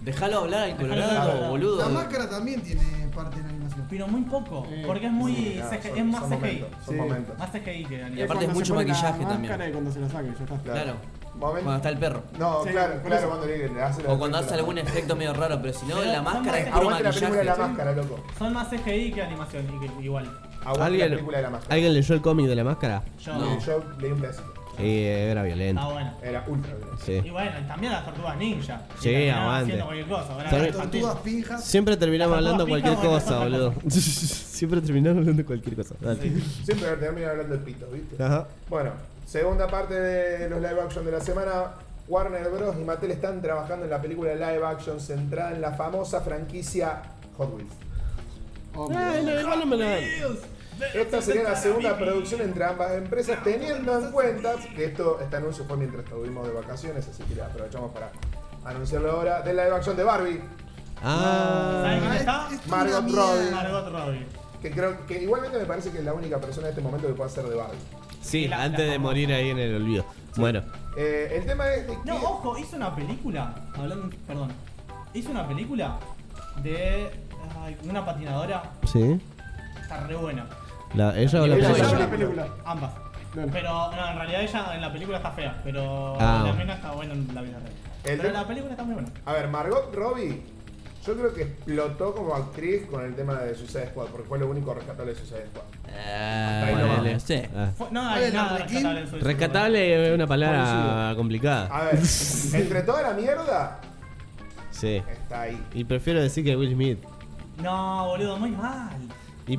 Déjalo hablar al
hablar.
colorado,
La
boludo.
máscara también tiene parte en animación.
Pero muy poco,
Eh,
porque es muy
Sí, nada,
CG
son-
es más
son
CGI.
momentos, son
Sí.
momentos.
Más CGI que
Y aparte
anime.
es
Cuando se
mucho
pone la
maquillaje
máscara
también.
y cuando se la saque, ya está.
Claro.
Momento-
Cuando está el perro.
No,
Sí,
claro,
por
claro,
eso.
cuando le, le hace la-
O cuando hace
la-
algún efecto medio raro, pero si no,
Pero
la
son
máscara es
más-
puro
Aguante la película de la
maquillaje.
máscara, loco.
Son más CGI que animación, y que- igual.
Aguante la
¿Alguien,
película de la máscara.
¿Alguien leyó el cómic de la máscara?
Yo,
No.
Yo leí un pedacito.
Eh,
Está
era violento.
bueno.
Era ultra violento.
Y
Sí.
Ah, bueno, y también las tortugas ninja.
Sí,
Y terminaban
aguante.
haciendo cualquier cosa, ¿verdad?
Tortugas
Era infantil.
Tortugas pinjas.
Siempre terminamos
Las
hablando
tortugas
cualquier
pican,
cosa,
bueno,
boludo. Siempre terminamos hablando de cualquier cosa. Dale.
Siempre terminan hablando de pito, ¿viste?
Ajá.
Bueno, segunda parte de los live action de la semana. Warner Bros. y Mattel están trabajando en la película de live action centrada en la famosa franquicia Hot Wheels.
Hombre.
igual Ah, no me la dan.
Esta sería la segunda producción entre ambas empresas, teniendo en cuenta que esto, este anuncio fue mientras estuvimos de vacaciones, así que la aprovechamos para anunciarlo ahora, de live action de Barbie,
¿Saben
Ah.
quién está?
Esto es una
Margot
mierda.
Robbie.
Margot Robbie.
que creo que igualmente me parece que es la única persona en este momento que puede hacer de Barbie.
Sí,
La- la
antes de
famosa.
morir ahí en el olvido. Bueno,
Eh, el tema es de que
No, ojo, hizo una película. Hablando. Perdón. Hizo una película de. ay, una patinadora.
sí.
Está re buena.
La, ella o la
Ella
Ella
o
película.
sabe
la
la película.
Ambas.
Dale.
Pero no, en realidad ella en la película está fea. Pero
Ah.
la mina está buena en la vida real.
El
Pero
de-
la película está muy buena.
A ver, Margot Robbie, yo creo que explotó como actriz con el tema de Suicide Squad, porque fue lo único rescatable de Suicide Squad.
Ah,
Ahí nomás.
ponele, sí.
Ah.
Fue- no
Oye,
hay
el
nada
Arlequín,
rescatable en su
Rescatable es una palabra complicada.
*laughs*
A ver, entre toda la mierda,
Sí.
está ahí.
Y prefiero decir que Will Smith.
No, boludo, muy mal.
Y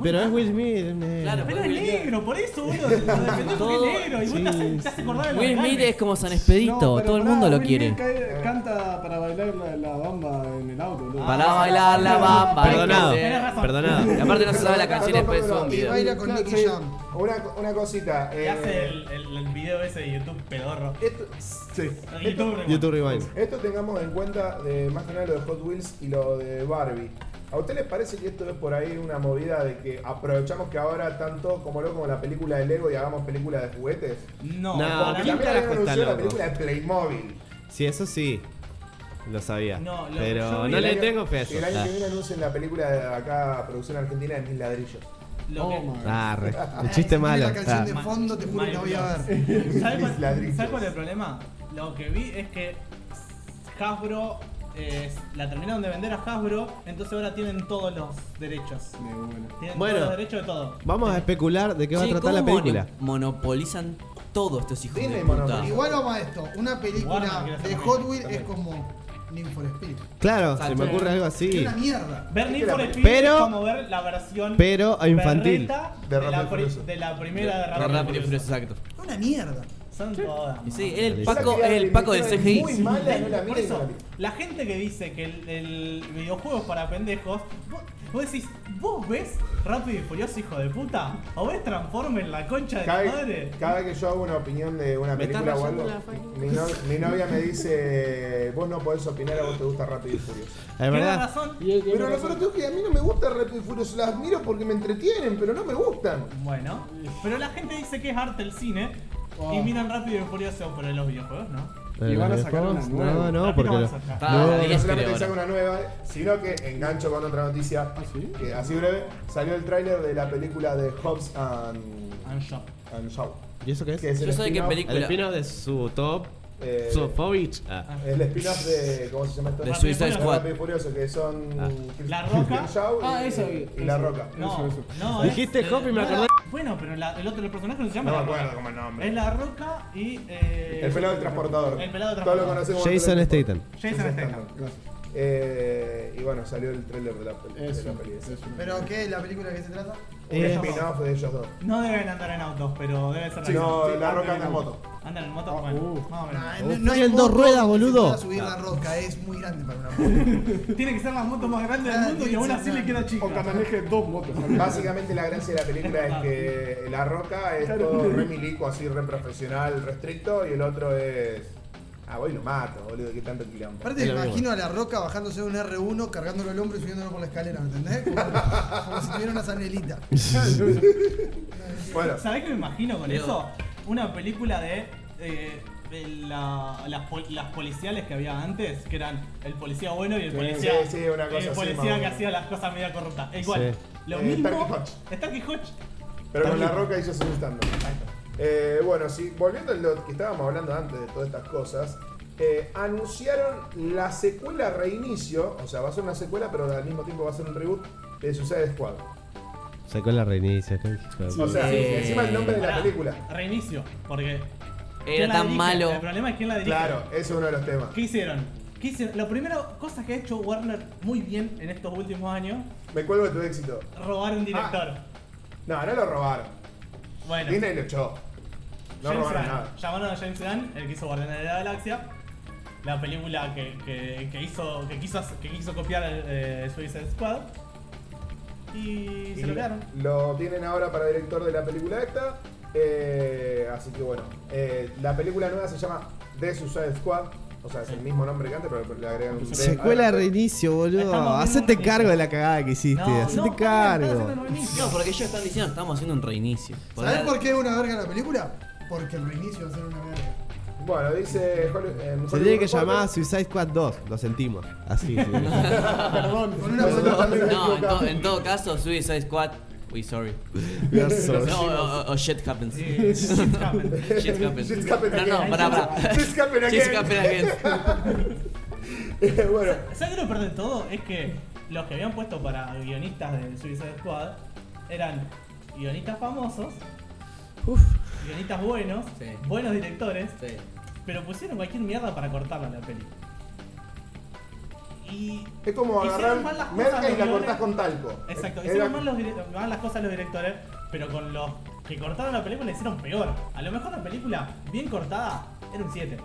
Muy
pero es
mal.
Will Smith. eh.
Claro.
Pero es negro, por eso, boludo. Lo defendés porque
Todo-
es negro. Y vos te haces- te haces acordar de los
Will Smith
grandes.
es como San Expedito,
No, pero
todo el
pará,
mundo lo
Will
quiere.
Smith cae- Canta para bailar la, la bamba en el auto. boludo.
Para bailar la bamba.
Perdonado.
Tenés razón.
Perdonado.
Y aparte no se sabe la canción y después es un
Y
video.
baila con Nicky Jam.
Una, una cosita.
Y
eh,
hace el, el- el video ese de YouTube pedorro.
esto,
YouTube, hermano.
YouTube Rewind.
esto tengamos en cuenta de más que nada lo de Hot Wheels y lo de Barbie. ¿A usted les parece que esto es por ahí una movida de que aprovechamos que ahora tanto como loco como la película de Lego y hagamos película de juguetes?
No,
No,
para
Porque
mí-
también
¿quién
habían
Ah, carajo está
anunciado la
loco?
película de Playmobil.
Sí, eso sí. Lo sabía.
No, lo- yo
pero
vi
no
el
le
año-
tengo fe a eso.
El año
Ah.
que viene anuncian la película de acá, producción argentina de Mil Ladrillos.
lo que-
Oh, my.
Ah, re- el
Si
chiste
tiene
malo.
La canción
Ah.
de fondo, te juro que la voy a ver.
¿Sabes cuál,
Mis ladrillos.
sabes cuál es el problema? Lo que vi es que Hasbro eh, la terminaron de vender a Hasbro, entonces ahora tienen todos los derechos.
De buena.
Tienen
Bueno.
todos los derechos de todo.
Vamos a especular de qué va a
Che,
tratar la
Eh, ¿cómo
película.
mono- monopolizan todos estos hijos
Disney
de puta.
monopoliza.
Igual vamos a esto. Una película
Warner,
de
que
Hot
también,
Wheels es
también.
como Need for Speed.
Claro, se
Exacto.
me ocurre algo
Es
así.
una mierda.
Ver Need for Speed
Pero-
es como ver la versión
pero infantil.
berreta
De
de,
Rápido
la
y
pri-
Furioso.
de la primera de
Rápido y
Rápido y
Furioso,
Furioso.
exacto.
Es una mierda.
Son todas.
Y sí,
malas.
es el
Esa
Paco,
quería
es el Paco del
decir, es
CGI.
muy mala, no la
Por
mira y no la
eso,
mira.
la gente que dice que el, el videojuego es para pendejos, vos, vos decís, ¿vos ves Rápido y Furioso, hijo de puta? ¿O ves Transformers, la concha de
Cada,
la madre?
cada vez que yo hago una opinión de una
Me estás
película o
rayando
algo,
la faena.
mi, no- mi novia me dice, vos no podés opinar, a vos te gusta Rápido y Furioso.
Es
Tenés
verdad.
razón.
Y él tiene
Pero lo
razón.
peor es que a mí no me gusta Rápido y Furioso, las miro porque me entretienen, pero no me gustan.
Bueno, pero la gente dice que es arte el cine
Wow.
y miran Rápido y Furioso, pero los videojuegos no.
Y van a sacar una
No,
nueva.
Para
Eh, no,
mí
porque.
van a
lo-
sacar.
Está,
No,
la
no
No
10 creo
solamente que
ahora.
saca una nueva, sino que engancho con otra noticia.
sí?
Que así breve, salió el tráiler de la película de Hobbs and,
And shop.
and Shaw.
¿Y eso qué es?
que es el
Yo sé de qué
spin-off-
película-
El espino de su top.
Eh,
Su Povich. Ah.
El spin-off de. ¿Cómo se llama esto?
De
Rápido y
Suicide
Furioso.
Squad.
Rápido y Furioso, que son.
Ah.
Chris-
La Roca.
Christian Shaw y-
Ah, eso vi,
Y
eso.
La Roca.
No,
Eso, eso.
no.
Dijiste
es- eh,
Hopi, me
no,
acordé.
Bueno, pero la- el otro el personaje no se llama
No me
La Roca.
acuerdo cómo el nombre.
Es La Roca y. eh,
El pelado del transportador.
El pelado del
Todos lo
transportador.
conocemos como
Jason
el pelado del
Statham.
Jason Statham.
Gracias.
Eh, y bueno, salió el tráiler de la, peli- de la
Eso,
peli esa.
eso.
¿Pero qué es la película que se trata?
Un
Eh,
spin-off de ellos
*laughs*
dos.
No deben andar en autos, pero debe ser
no,
racista.
La
sí,
Roca anda en
no.
moto.
Andan en moto,
Ah,
bueno,
uh.
más o menos.
Nah,
Uf, tienen dos
moto
ruedas,
que se
boludo.
pueda subir la roca, es muy grande para una moto.
Tiene que ser la moto más grande del
eh. Ah,
mundo y
sí,
aún
sí,
así
sí.
le queda chica.
O que maneje dos motos.
Básicamente la gracia de la película es que La Roca es todo re milico, así re profesional, restricto, y el otro es. Ah, voy y lo mato, boludo, qué tanto quilombo.
Aparte
Es
me
lo mismo.
imagino a la roca bajándose de un R1, cargándolo al hombro y subiéndolo por la escalera, ¿me entendés? Como, como si tuviera una zanelita.
Bueno,
¿Sabés qué me imagino con
Leo.
eso? Una película de, eh, de la- las, pol- las policiales que había antes, que eran el policía bueno y el
Sí,
policía.
sí, sí, una cosa
y
así,
El
más o
policía que
menos.
hacía las cosas media corruptas. E Igual. Lo
Eh,
mismo.
Starkey Hutch.
Starkey Hutch.
pero con La Roca ellos son stand Eh, bueno, sí, volviendo a lo que estábamos hablando antes de todas estas cosas, eh, anunciaron la secuela reinicio, o sea, va a ser una secuela, pero al mismo tiempo va a ser un reboot de Suicide Squad.
Sacó la reinicia. qué hijo de
O
puta.
sea,
Sí.
encima el nombre de la
Pará,
película.
Reinicio, porque. ¿quién
Era
la
tan
dirige?
malo.
El problema es quién la dirige.
Claro, ese es uno de los temas.
¿Qué hicieron? ¿Qué hicieron? La primera cosa que ha hecho Warner muy bien en estos últimos años,
Me cuelgo de tu éxito.
robar un director.
No, no lo robaron.
bueno,
Ah. Disney lo echó. No
James
robaron
Gunn.
nada.
Llamaron a James Gunn, el que hizo Guardianes de la Galaxia, la película que, que- que hizo, que, quiso, que quiso copiar eh, Suicide Squad. Y se lo quedaron.
Lo tienen ahora para director de la película esta. eh, así que bueno, eh, la película nueva se llama The Suicide Squad. O sea, es el mismo nombre que antes, pero le agregan un D
Secuela
adelante.
reinicio, boludo.
Estamos viendo
Hacete
un
cargo
inicio.
de la cagada que hiciste. Hacete cargo.
No, porque ellos están diciendo estamos haciendo un reinicio.
¿Sabés por qué es una verga la película? Porque el reinicio va a ser una verga.
Bueno, dice. Holly- eh,
Se
Hollywood
tiene que
Reporter.
llamar Suicide Squad 2. Lo sentimos.
*laughs*
Así. sí.
Ah,
Perdón, con una
Nosotros
palabra-
también nos
No, en, to-
equivocamos.
en todo caso, Suicide Squad, we sorry.
Lo sorry.
No, o, o- o shit happens.
Sí, shit happens.
*laughs* Shit happens.
Shit happens
No, no,
again.
pará, pará.
Shit happens again.
Shit happens
*laughs*
again.
Eh, *laughs* bueno,
¿Sabes que lo peor de todo? Es que los que habían puesto para guionistas de Suicide Squad eran guionistas famosos, guionistas buenos,
Sí.
buenos directores,
Sí.
pero pusieron cualquier mierda para cortarla la peli. Y.
es como
hicieron mal las
agarrar
cosas
merca y
los
la
guiones-
cortás con talco.
Exacto,
Era-
hicieron mal, los dire- mal las cosas los directores, pero con los que cortaron la película la hicieron peor. A lo mejor la película, bien cortada, era un 7.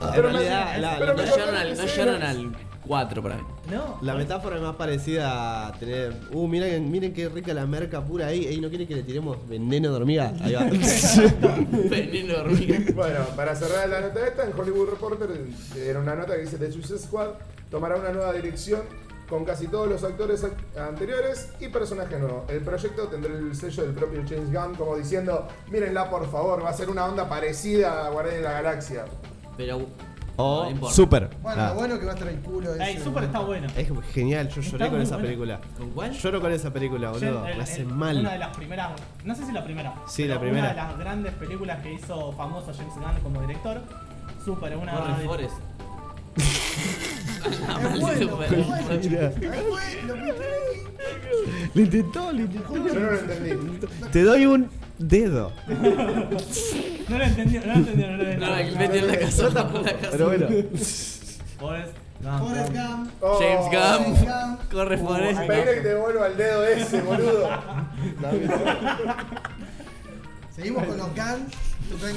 En
Pero me-
realidad, la-
pero
No
me-
llegaron al, no llegaron al 4
*laughs*
para mí.
No.
La metáfora es más parecida a tener. Uh, miren, miren qué rica la merca pura ahí. Ey, ¿no quieren que le tiremos veneno de hormiga?
*laughs*
Ahí va.
Veneno de hormiga.
Bueno, para cerrar la nota esta, en Hollywood Reporter eh, era una nota que dice The Suicide Squad tomará una nueva dirección con casi todos los actores ac- anteriores y personajes nuevos. El proyecto tendrá el sello del propio James Gunn como diciendo, mírenla por favor, va a ser una onda parecida a Guardianes de la Galaxia.
Pero. no, no
O
importa.
Super.
Bueno,
Ah.
lo bueno que va a estar el culo ese.
Ey, Super está bueno.
Es genial, yo
Está
lloré con
muy
esa
buena.
película.
¿Con cuál?
Lloro con esa película, boludo.
Jen- el-
Me
el-
hace
eh, Una de
mal.
las primeras, no sé si la primera.
Sí,
pero
la primera.
Una de las grandes películas que hizo famoso James Gunn como director. Super, una.
Corre, *laughs*
*laughs*
Ah, Forest.
Es bueno, es bueno.
*laughs* Mira.
Es bueno,
Lo intentó, lo intentó.
Yo no lo entendí.
Te doy un dedo.
*laughs* No lo entendieron, no lo
*laughs*
entendieron. No, lo
No,
entendieron.
el Betty en la casa.
Yo tampoco,
la casa.
Pero bueno.
Forrest
Forrest
Gump.
Gump.
Oh,
James Gunn.
Forrest Gump.
Corre, Forest.
Pedile que te vuelva el dedo ese, boludo.
Seguimos con los Gunn.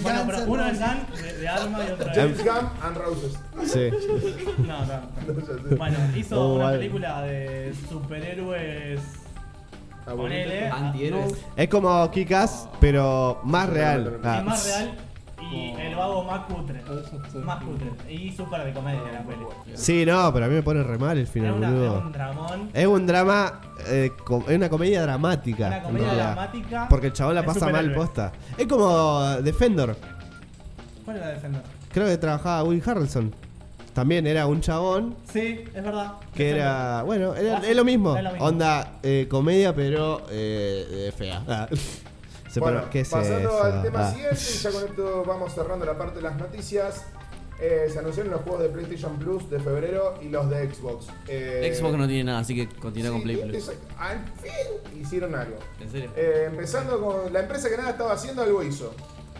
Bueno, pero uno es Gunn de, de arma y otro
James
es.
Gunn and Roses.
Sí.
*laughs* No, no. Bueno, hizo
Oh,
una
vale.
película de superhéroes.
Ah, bueno.
Ponele. a-
Antihéroes.
Es como Kikas, pero más real.
Y
Ah.
más real. Y el vago más cutre. Más cutre. Y super de comedia la peli.
Sí, no, pero a mí me pone re mal el final,
Era, una, era un
boludo.
dramón.
Es un drama. eh, com- es una comedia dramática.
Una
en
comedia
realidad.
dramática
Porque el chabón la
de
pasa mal
superhéroes.
posta. Es como eh, Defender.
¿Cuál era Defender?
Creo que trabajaba Will Harrelson. También era un chabón
Sí, es verdad.
que
Defender.
era. Bueno, era,
Ah,
es lo mismo.
es lo mismo.
Onda eh, comedia, pero eh, eh, fea. Ah. *laughs* Se
Bueno,
pone- ¿qué es
pasando
eso?
al tema
Ah.
siguiente, y ya
*laughs*
con esto vamos cerrando la parte de las noticias. Eh, se anunciaron los juegos de PlayStation Plus de febrero y los de Xbox. Eh,
Xbox no tiene nada, así que continúa
sí,
con Play Plus.
eso- Al fin hicieron algo.
¿En serio?
Eh, empezando con la empresa que nada estaba haciendo, algo hizo.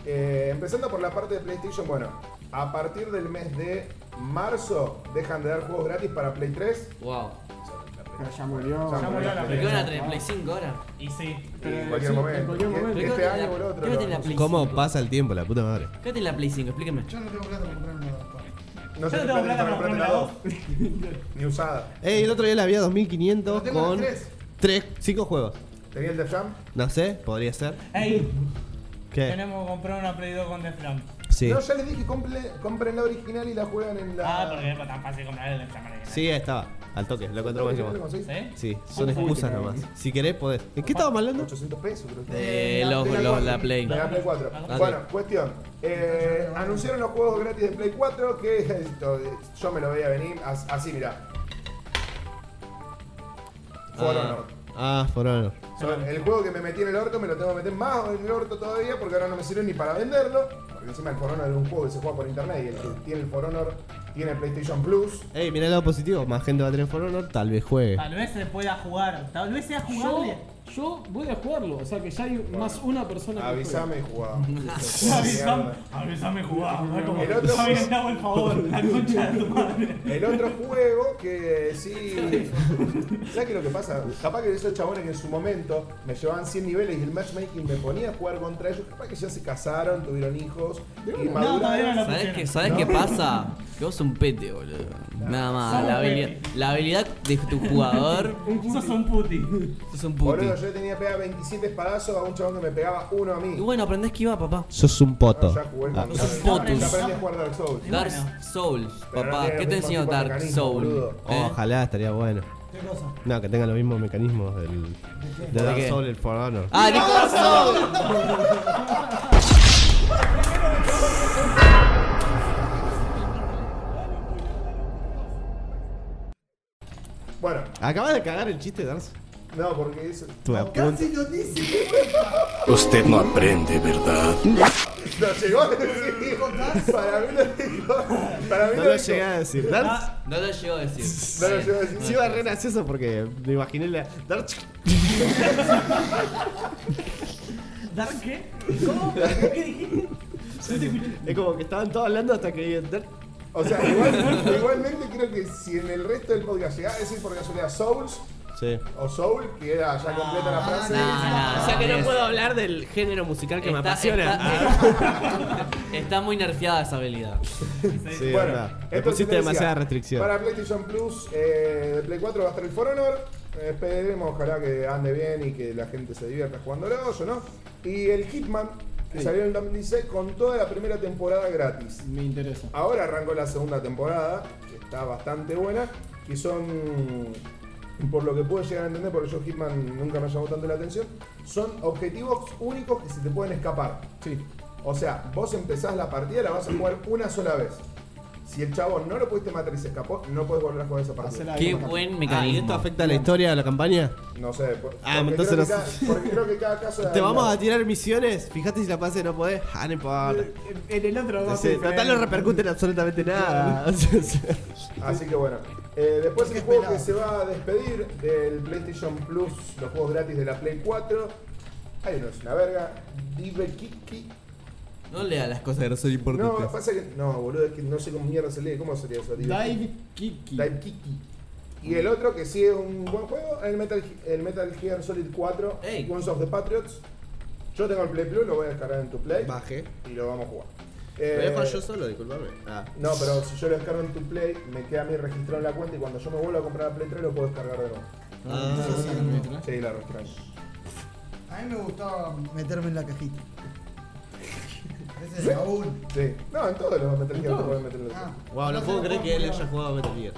Eh, empezando por la parte de PlayStation, bueno, a partir del mes de marzo dejan de dar juegos gratis para Play 3.
Wow.
O sea, la Play-
Pero ya murió.
Ya murió la
¿Pero qué van a tener?
Ah.
¿Play 5 ahora?
Y sí.
Pero
En cualquier
sí,
momento.
en cualquier momento.
Este
Pero quédate
año
en
o el
la-
otro.
quédate en
no,
la Play
¿Cómo
5?
pasa el tiempo, la puta madre?
Quédate en la Play 5, explícame.
Yo no tengo plata para comprar una doctora.
no
Yo
sé
no
si
tengo
plata para
plata para
comprarte
comprar
la
la
dos,
2.
ni usada.
Ey, Eh, el otro día la había 2500
Pero tengo las
con.
tres.
3, 5 juegos.
Tenía el Def Jam.
No sé, podría ser.
Ey,
¿Qué?
tenemos que comprar una Play 2 con The Flam.
Sí.
No, ya les dije, compre- compren la original y la juegan en la.
Ah, porque es tan fácil comprar el examen.
Sí, estaba. Al toque, lo
¿La original la
encontramos.
conseguís?
¿Sí?
Sí, son excusas nomás. Si querés, podés. ¿De qué estábamos hablando?
800 pesos, creo que.
Eh,
la-
los,
de la
los,
cuatro.
la Play.
De la Play 4.
Ah,
Dale.
Bueno, cuestión. Eh, anunciaron los juegos gratis de Play 4 que esto, eh, yo me lo veía venir as- así, mirá. For Honor.
Ah, For Honor.
Son- el juego que me metí en el orto me lo tengo que meter más en el orto todavía porque ahora no me sirve ni para venderlo. Porque encima el For Honor es un juego que se juega por internet y el que tiene el For Honor tiene PlayStation Plus.
Ey, mirá el lado positivo. Más gente va a tener For Honor, tal vez juegue.
Tal vez se pueda jugar. Tal vez sea jugable.
Yo voy a jugarlo, o sea que ya hay más una persona que
Avísame y
*laughs*
jugá.
Avisame, avisame jugar. No es como,
El otro-
"Está bien, te hago el favor, la concha de tu madre.
El otro juego que sí. ¿Sabes qué es lo que pasa? Capaz que esos chabones que en su momento me llevaban 100 niveles y el matchmaking me ponía a jugar contra ellos. Capaz que ya se casaron, tuvieron hijos y
No, todavía no
maduraron.
lo
¿Sabes
pusieron.
qué, ¿sabes qué pasa? Que vos sos un pete, boludo. Nada más,
Sos
la
un
habilidad,
pete.
la habilidad de tu
*laughs*
jugador
Sos un puti.
sos un puti.
Boludo, yo le tenía pegado 27 espadazos a un chabón que me pegaba uno a mí.
Y bueno, aprendés que iba, papá.
Sos un poto.
No, ya jugué con
Ah.
Dark
Sos
Souls.
potus.
Ya aprendí a jugar Dark Souls.
Y
Dark
bueno.
Souls,
Pero no
papá.
tiene
¿Qué
el
te
mismo
enseñó
tipo de
Dark
mecanismo,
Soul?
boludo.
¿Eh?
Ah. Ojalá estaría bueno.
¿Qué cosa?
No, que tenga los mismos mecanismos del, de
¿De
Dark
qué?
Souls, el For Honor.
¡Ah, Nicolás Soul!
Bueno,
Acabas de cagar el chiste, Darcy.
no, porque es.
Estuve a punto.
Casi Ah, lo dice.
Usted no aprende, ¿verdad?
Lo llegó a decir. Para mí lo dijo. Para mí
No
lo
lo
dijo.
llegué a decir. Darcy.
No lo llegó a decir.
No lo llegó a decir.
Sí, iba re gracioso porque me imaginé la. Darcy.
¿Dar qué? ¿Cómo? ¿Qué dijiste?
Es como que estaban todos hablando hasta que. Darcy.
O sea, igual- igualmente creo que si en el resto del podcast llegaba a decir por casualidad Souls
Sí.
o Soul, que era ya completa la frase.
Nah, nah,
O sea que Ah, no
es-
puedo hablar del género musical que me
está-
apasiona. Ah.
Está, *laughs* está muy nerfeada esa habilidad.
Sí,
Bueno,
verdad. Le
entonces
pusiste
te decía,
demasiada restricción.
Para PlayStation Plus, eh, de Play 4 va a estar el For Honor. Eh, Esperemos, ojalá que ande bien y que la gente se divierta jugándolo, yo no. Y el Hitman, que salió en el 2016 con toda la primera temporada gratis.
Me interesa.
Ahora arrancó la segunda temporada, que está bastante buena, y son, por lo que pude llegar a entender, porque yo Hitman nunca me llamó tanto la atención, son objetivos únicos que se te pueden escapar. Sí. O sea, vos empezás la partida, la vas a jugar una sola vez. Si el chavo no lo pudiste matar y se escapó, no puedes volver a jugar esa partida.
Hacela
Qué
ahí.
buen
Ah, ¿y
mecanismo.
esto afecta a la historia de la campaña?
No sé, por-
Ah,
porque,
entonces
creo que
no-
cada, porque creo que cada
*laughs*
caso... es
Te vamos a
habilidad.
tirar misiones. Fíjate si la pase no podés. Ah, no importa.
En el otro va a
Sí,
ser
Total no repercute en absolutamente nada. *laughs*
Así que bueno. Eh, después el
Qué
juego
pelado.
que se va a despedir del PlayStation Plus, los juegos gratis de la Play 4. Hay uno, es una verga. Dive Kiki.
No lea las cosas que no son
No,
importantes.
pasa que. No, boludo, es que no sé cómo mierda se lee. ¿Cómo sería eso? Dive
Dive Kiki.
Dive Kiki. Y el otro que sí es un buen juego, el Metal, el Metal Gear Solid 4,
Ey.
Guns of the Patriots. Yo tengo el Play Plus, lo voy a descargar en tu Play
Baje.
y lo vamos a jugar.
Lo
Eh,
dejo yo solo, disculpame. Ah.
No, pero si yo lo descargo en tu Play, me queda a mí registrado en la cuenta y cuando yo me vuelva a comprar la Play 3 lo puedo descargar de nuevo.
Ah,
Sí, la registré.
A mí me gustaba meterme en la cajita. Ese es el baúl.
Sí. No, en todos los Metal Gear te pueden meter en la
Ah,
Wow, no
sé,
puedo creer que él
juego.
haya jugado a Metal Gear.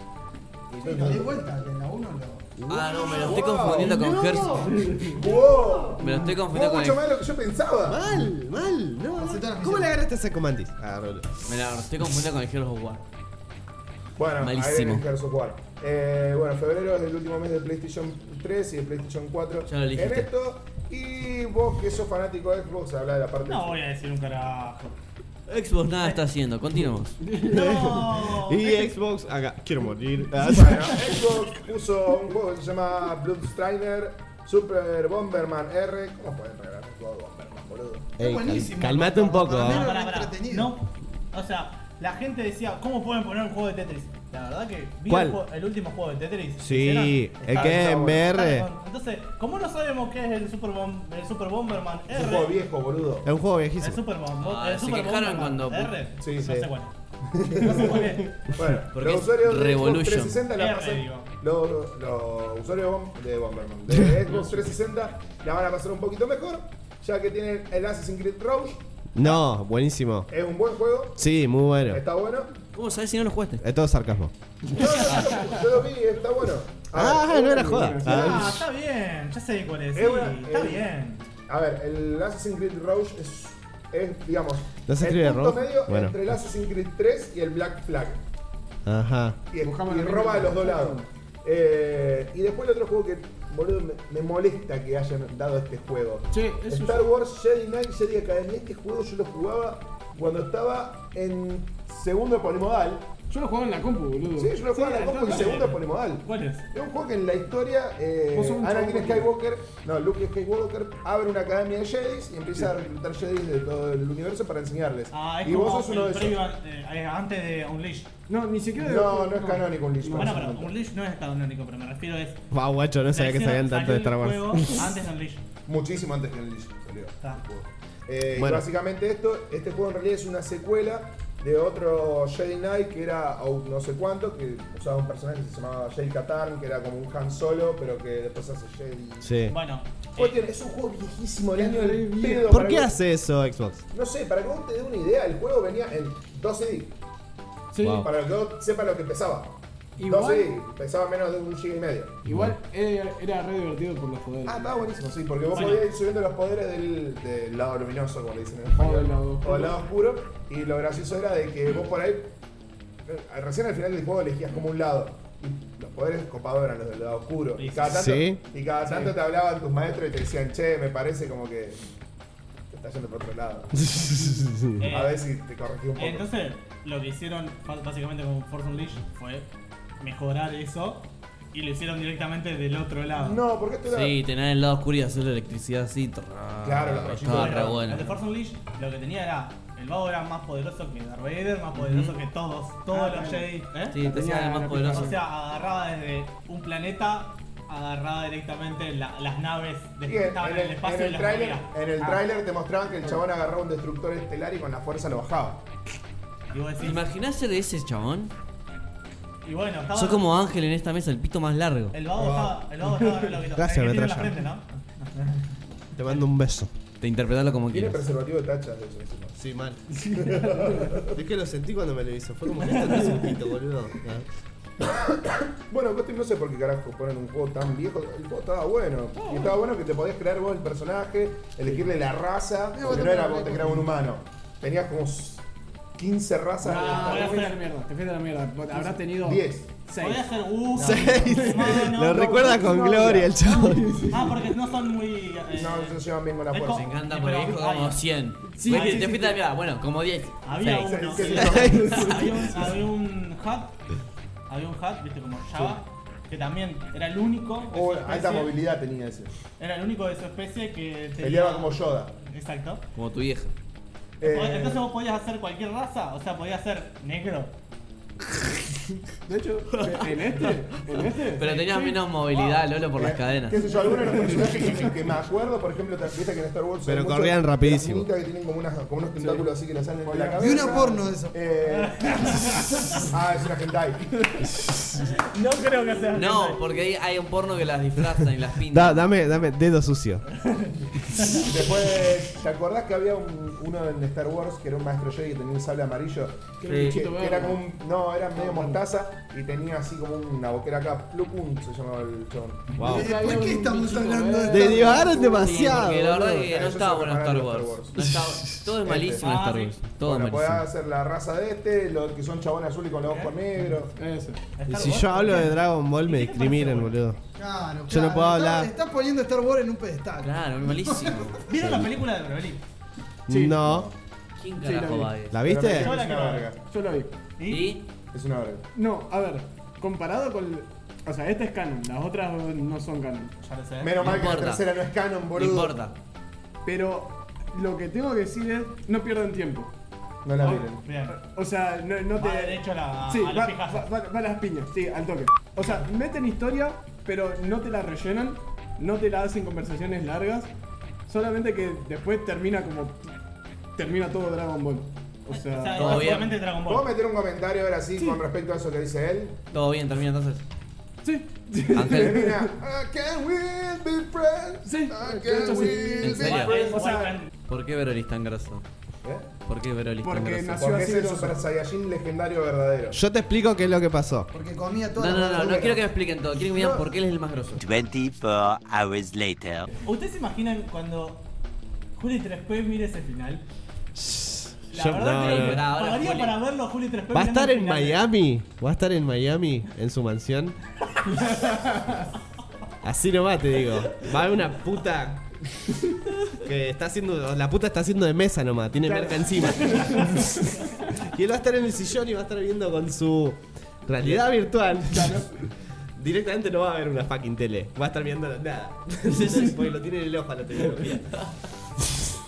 Sí, lo di vuelta, que en la 1 lo.
Ah, no, me lo estoy
Wow,
confundiendo con Hearthstone.
¡Wow!
Me lo estoy confundiendo
Fue
con el-
mucho
Ah,
más de lo que yo
Ah.
pensaba.
Mal, mal, no.
Hace todas las
¿Cómo
misiones.
le agarraste esa comandis? Ah, Rolo.
Me lo estoy confundiendo con el Heroes of War.
Bueno, ahí viene
Malísimo.
el Gears of War. Eh, bueno, febrero es el último mes de PlayStation 3 y de PlayStation 4.
Ya lo
en
dijiste.
esto, y vos que sos fanático de Xbox, habla de la parte.
No eh. voy a decir un carajo.
Xbox nada está haciendo, continuemos.
No.
Y Xbox, acá. este- Quiero *laughs* morir. Ah,
Bueno, Xbox puso un juego que se llama Bloodstriner Super Bomberman R. ¿Cómo pueden regalar un juego de Bomberman, boludo?
Ey,
buenísimo.
cal- calmate un poco.
Para mí
¿eh?
no-
Pará, pará, pará.
entretenido.
No. O sea, la gente decía, ¿cómo pueden poner un juego de Tetris? La verdad que vi
¿Cuál?
El, juego- el último juego de Tetris.
Sí,
¿Hicieron?
el
Está-
que
está
es en
bueno.
VR.
Entonces, como no sabemos qué es el Super, Bom- el Super Bomberman
Es
R?
un juego viejo, boludo.
Es un juego
El
viejísimo.
Super Bomberman.
Ah,
el
se
Super
quejaron
Bomberman
cuando-
R.
Sí,
no
sí.
sé cuál *laughs* es. No sé cuál es.
Bueno,
Porque
los
es
usuarios de Xbox
Revolution.
360 la
R,
pasan,
digo.
los, los usuarios de Bom- de Bomberman, de Xbox 360 la van a pasar un poquito mejor, ya que tienen el Assassin's Creed Rogue,
No, buenísimo.
es un buen juego,
Sí, muy bueno.
está bueno.
¿Cómo sabes si no lo jugaste?
Es todo sarcasmo.
No, no, yo, lo- yo lo vi, está bueno. A ver,
Ah, no era joda.
Ah,
Ah,
está bien. Ya sé cuál es. Sí,
Es una-
está
es-
bien.
A ver, el Assassin's Creed Rogue es, es, digamos,
¿No se escribe
el punto
Rogue?
medio
Bueno.
entre el Assassin's Creed 3 y el Black Flag.
Ajá.
y, es-
Buscamos
y
la
roba de
misma
los dos lados. Eh, y después el otro juego que, boludo, me, me molesta que hayan dado este juego.
Che, es un-
Star Wars Jedi Knight Jedi Academy. Este juego yo lo jugaba cuando estaba en segundo de polimodal.
Yo lo jugaba en la compu, boludo.
Sí, yo lo juego en la
Sí,
compu y
entonces-
segundo polimodal.
¿Cuál es?
Es un juego que en la historia eh,
Vos sos un
Anakin
chabón
Skywalker, no, Luke Skywalker abre una academia de Jedi y empieza a reclutar Jedi de todo el universo para enseñarles.
Ah, es
y
como
vos sos uno
el
de esos.
previo a- eh, antes de Unleashed.
No, ni siquiera.
No, no es canónico un Lich
Bueno,
Master.
pero Unleashed no es canónico, pero me refiero es.
Va, guacho, no sabía que
Recién
sabían
salió
tanto de
el
Star Wars.
juego Antes de Unleashed.
Muchísimo antes que el Lich salió.
Está.
Eh, y
Bueno.
básicamente esto, este juego en realidad es una secuela de otro Jedi Knight que era o no sé cuánto, que usaba un personaje que se llamaba Jedi Katarn, que era como un Han Solo, pero que después hace Jedi.
Sí.
Bueno,
Oye,
eh,
es un juego viejísimo del año
Re
del
viejo.
pedo.
¿Por
para
qué
que-
hace eso
*laughs*
Xbox?
No sé, para que vos te dé una idea, el juego venía en 2 CD.
Sí,
Wow.
Para que vos sepa lo que pesaba.
Igual-
2 CD, pesaba menos de un giga y medio.
igual era, era re divertido por los poderes.
Ah, estaba buenísimo, sí, porque vos
Bueno.
podías ir subiendo los poderes del, del lado luminoso, como le dicen en
O
español.
del lado
o del lado oscuro. Y lo gracioso era de que vos por ahí, eh, recién al final del juego elegías como un lado. Y los poderes copados eran los del lado oscuro. Y cada tanto,
Sí.
y cada tanto te hablaban tus maestros y te decían, che, me parece como que te estás yendo por otro lado.
eh,
A ver si te corregí un poco.
Entonces, lo que hicieron fa- básicamente con Force Unleashed fue mejorar eso y lo hicieron directamente del otro lado.
no, porque esto era...
Sí, tener el lado oscuro y hacer la electricidad así. trrr,
Claro, los
Estaba
Ah,
rayitos.
re bueno.
El de Force Unleashed lo que tenía era. El vago era más poderoso que Darth Vader, más poderoso que todos, todos
Ah,
los Jedi. ¿eh?
Sí, te hacía más
O
poderoso.
sea, agarraba desde un planeta, agarraba directamente la- las naves de
Y
que
en,
estaban
en el,
espacio
en el
y las
tráiler-
movía.
en el tráiler te mostraban que el chabón agarraba un destructor estelar y con la fuerza lo bajaba.
Y vos decís,
¿Imaginás ser ese chabón?
y bueno, estaba.
Soy como Ángel en esta mesa, el pito más largo.
El vago estaba, el vago estaba re loquito.
Gracias,
El que tiene en la
Metralla.
frente, ¿no?
Te mando un beso.
Te interpretalo como
Tiene
quieras.
preservativo de tachas de eso encima.
Sí, mal. es que lo sentí cuando me lo hizo. Fue como esto no es un pito, boludo.
Bueno, Ghost no sé por qué carajo ponen un juego tan viejo. El juego estaba bueno. Y estaba bueno que te podías crear vos el personaje, elegirle la raza.
Sí, vos
Porque
te
no era
creabas
vos te
el
creabas un humano. Tenías como s- 15 razas.
Ah,
voy
te
a
fuiste a la
hacer-
mierda, te fuiste a la mierda. Habrás tenido.
10.
Seis.
Podría ser uh, no, no,
Lo
no.
recuerda con gloria el chabón.
Ah, porque no son muy. eh,
No, no se llevan bien con la
Es
Me
fuerza.
encanta porque dijo como 100.
Sí,
Vete,
sí,
te
sí,
fuiste a la mierda. Bueno, como 10.
Había
Seis.
uno.
Sí, sí,
había,
*laughs*
un, había un hat. Había un hat, viste, como Java. Que también era el único. de su
Oh, alta
especie-
movilidad tenía ese.
Era el único de su especie que tenía.
Peleaba como Yoda.
Exacto.
Como tu vieja.
Eh,
Entonces vos podías hacer cualquier raza, o sea, podías ser negro.
De hecho, en este, en este.
Pero tenías menos movilidad, Lolo, por las
Eh,
cadenas.
Qué sé yo, algunos de los personajes que, que me acuerdo, por ejemplo, te viste que en Star Wars. hay
Pero
muchos
corrían
de las
rapidísimo.
minitas que tienen como, unas, como unos tentáculos así que le salen de la
Vi
cabeza.
una porno de eso.
Eh, *laughs* ah, es una hentai.
No creo que sea.
No, porque ahí hay un porno que las disfraza y las
Da-
pinta.
dame, dame, dedo sucio.
Después, ¿te acordás que había un- uno en Star Wars que era un maestro Jedi que tenía un sable amarillo?
Sí.
Que,
Bichito
que
verde.
era como un. No, era medio mostaza y tenía así como una boquera acá. Plukun se llamaba el chabón.
Wow.
Eh, ¿Por qué estamos hablando
eh.
de esto?
Derivaron
Sí,
demasiado.
porque la
boludo.
verdad que
Ah,
no
yo
estaba
soy
bueno
fanático
Star
de Star
Wars.
Wars.
No estaba- todo es malísimo en
Ah,
Star
sí.
Wars. Todo
bueno,
es
podías
malísimo.
hacer la raza de este, los que son chabón azul y con los ojos negros.
Ese.
Y si yo hablo de Dragon Ball me discriminan, boludo.
Claro,
Yo no
claro,
puedo
estás-
hablar.
Estás poniendo Star Wars en un pedestal.
Claro, es malísimo.
¿Vieron la película de Broly?
Sí.
No.
¿Quién
Sí, la
carajo
vi.
va a ir?
¿La
Pero
viste?
me dijeron que Es una
Yo la
verga.
Yo lo vi.
¿Y?
Es una verga.
No, a ver, comparado con. O sea, esta es canon, las otras no son canon.
Ya lo sé.
Menos
No
mal que la
importa.
tercera no es canon,
No
boludo.
importa.
Pero lo que tengo que decir es: no pierdan tiempo.
No la miren.
Bien.
O sea, no, no te.
Va derecho a la-
sí,
Ah, a la
va,
pijaza.
va- va- va a las piñas, sí, al toque. O sea, meten historia, pero no te la rellenan, no te la hacen conversaciones largas, solamente que después termina como. termina todo Dragon Ball. O
O sea,
sea.
todo bien.
básicamente Dragon
¿Puedo
Ball.
meter un comentario ahora sí, con respecto a eso que dice él?
Todo bien, termina entonces.
Sí. *laughs*
Ángel.
Termina. I can we be friends.
Sí,
I
de hecho
can
sí.
we
¿En
be
serio?
friends.
O sea,
¿Por qué Verolis tan graso?
¿Eh?
¿Por qué Verolis tan
Porque
graso?
nació-
Porque es
así
el
grosso.
Super Saiyajin legendario verdadero.
Yo te explico qué es lo que pasó.
Porque comía
No,
toda
no,
la
no, no quiero que me expliquen todo. Quiero que me digan
No.
por qué él es el más grosso.
24 hours later.
¿Ustedes se imaginan cuando Juli 3P mire ese final? La
Yo-
verdad
no,
que
no, no.
Pará, ahora
pagaría
Juli.
para verlo Juli 3P.
¿Va a
mirando
estar
el
en
final.
Miami? ¿Va a estar en Miami? ¿En su mansión? Así nomás te digo. Va a haber una puta Que está haciendo. La puta está haciendo de mesa nomás, tiene
Claro.
merca encima. y él va a estar en el sillón y va a estar viendo con su realidad virtual. Directamente no va a ver una fucking tele, va a estar viendo nada. *laughs* Porque lo tiene en el ojo a la tecnología.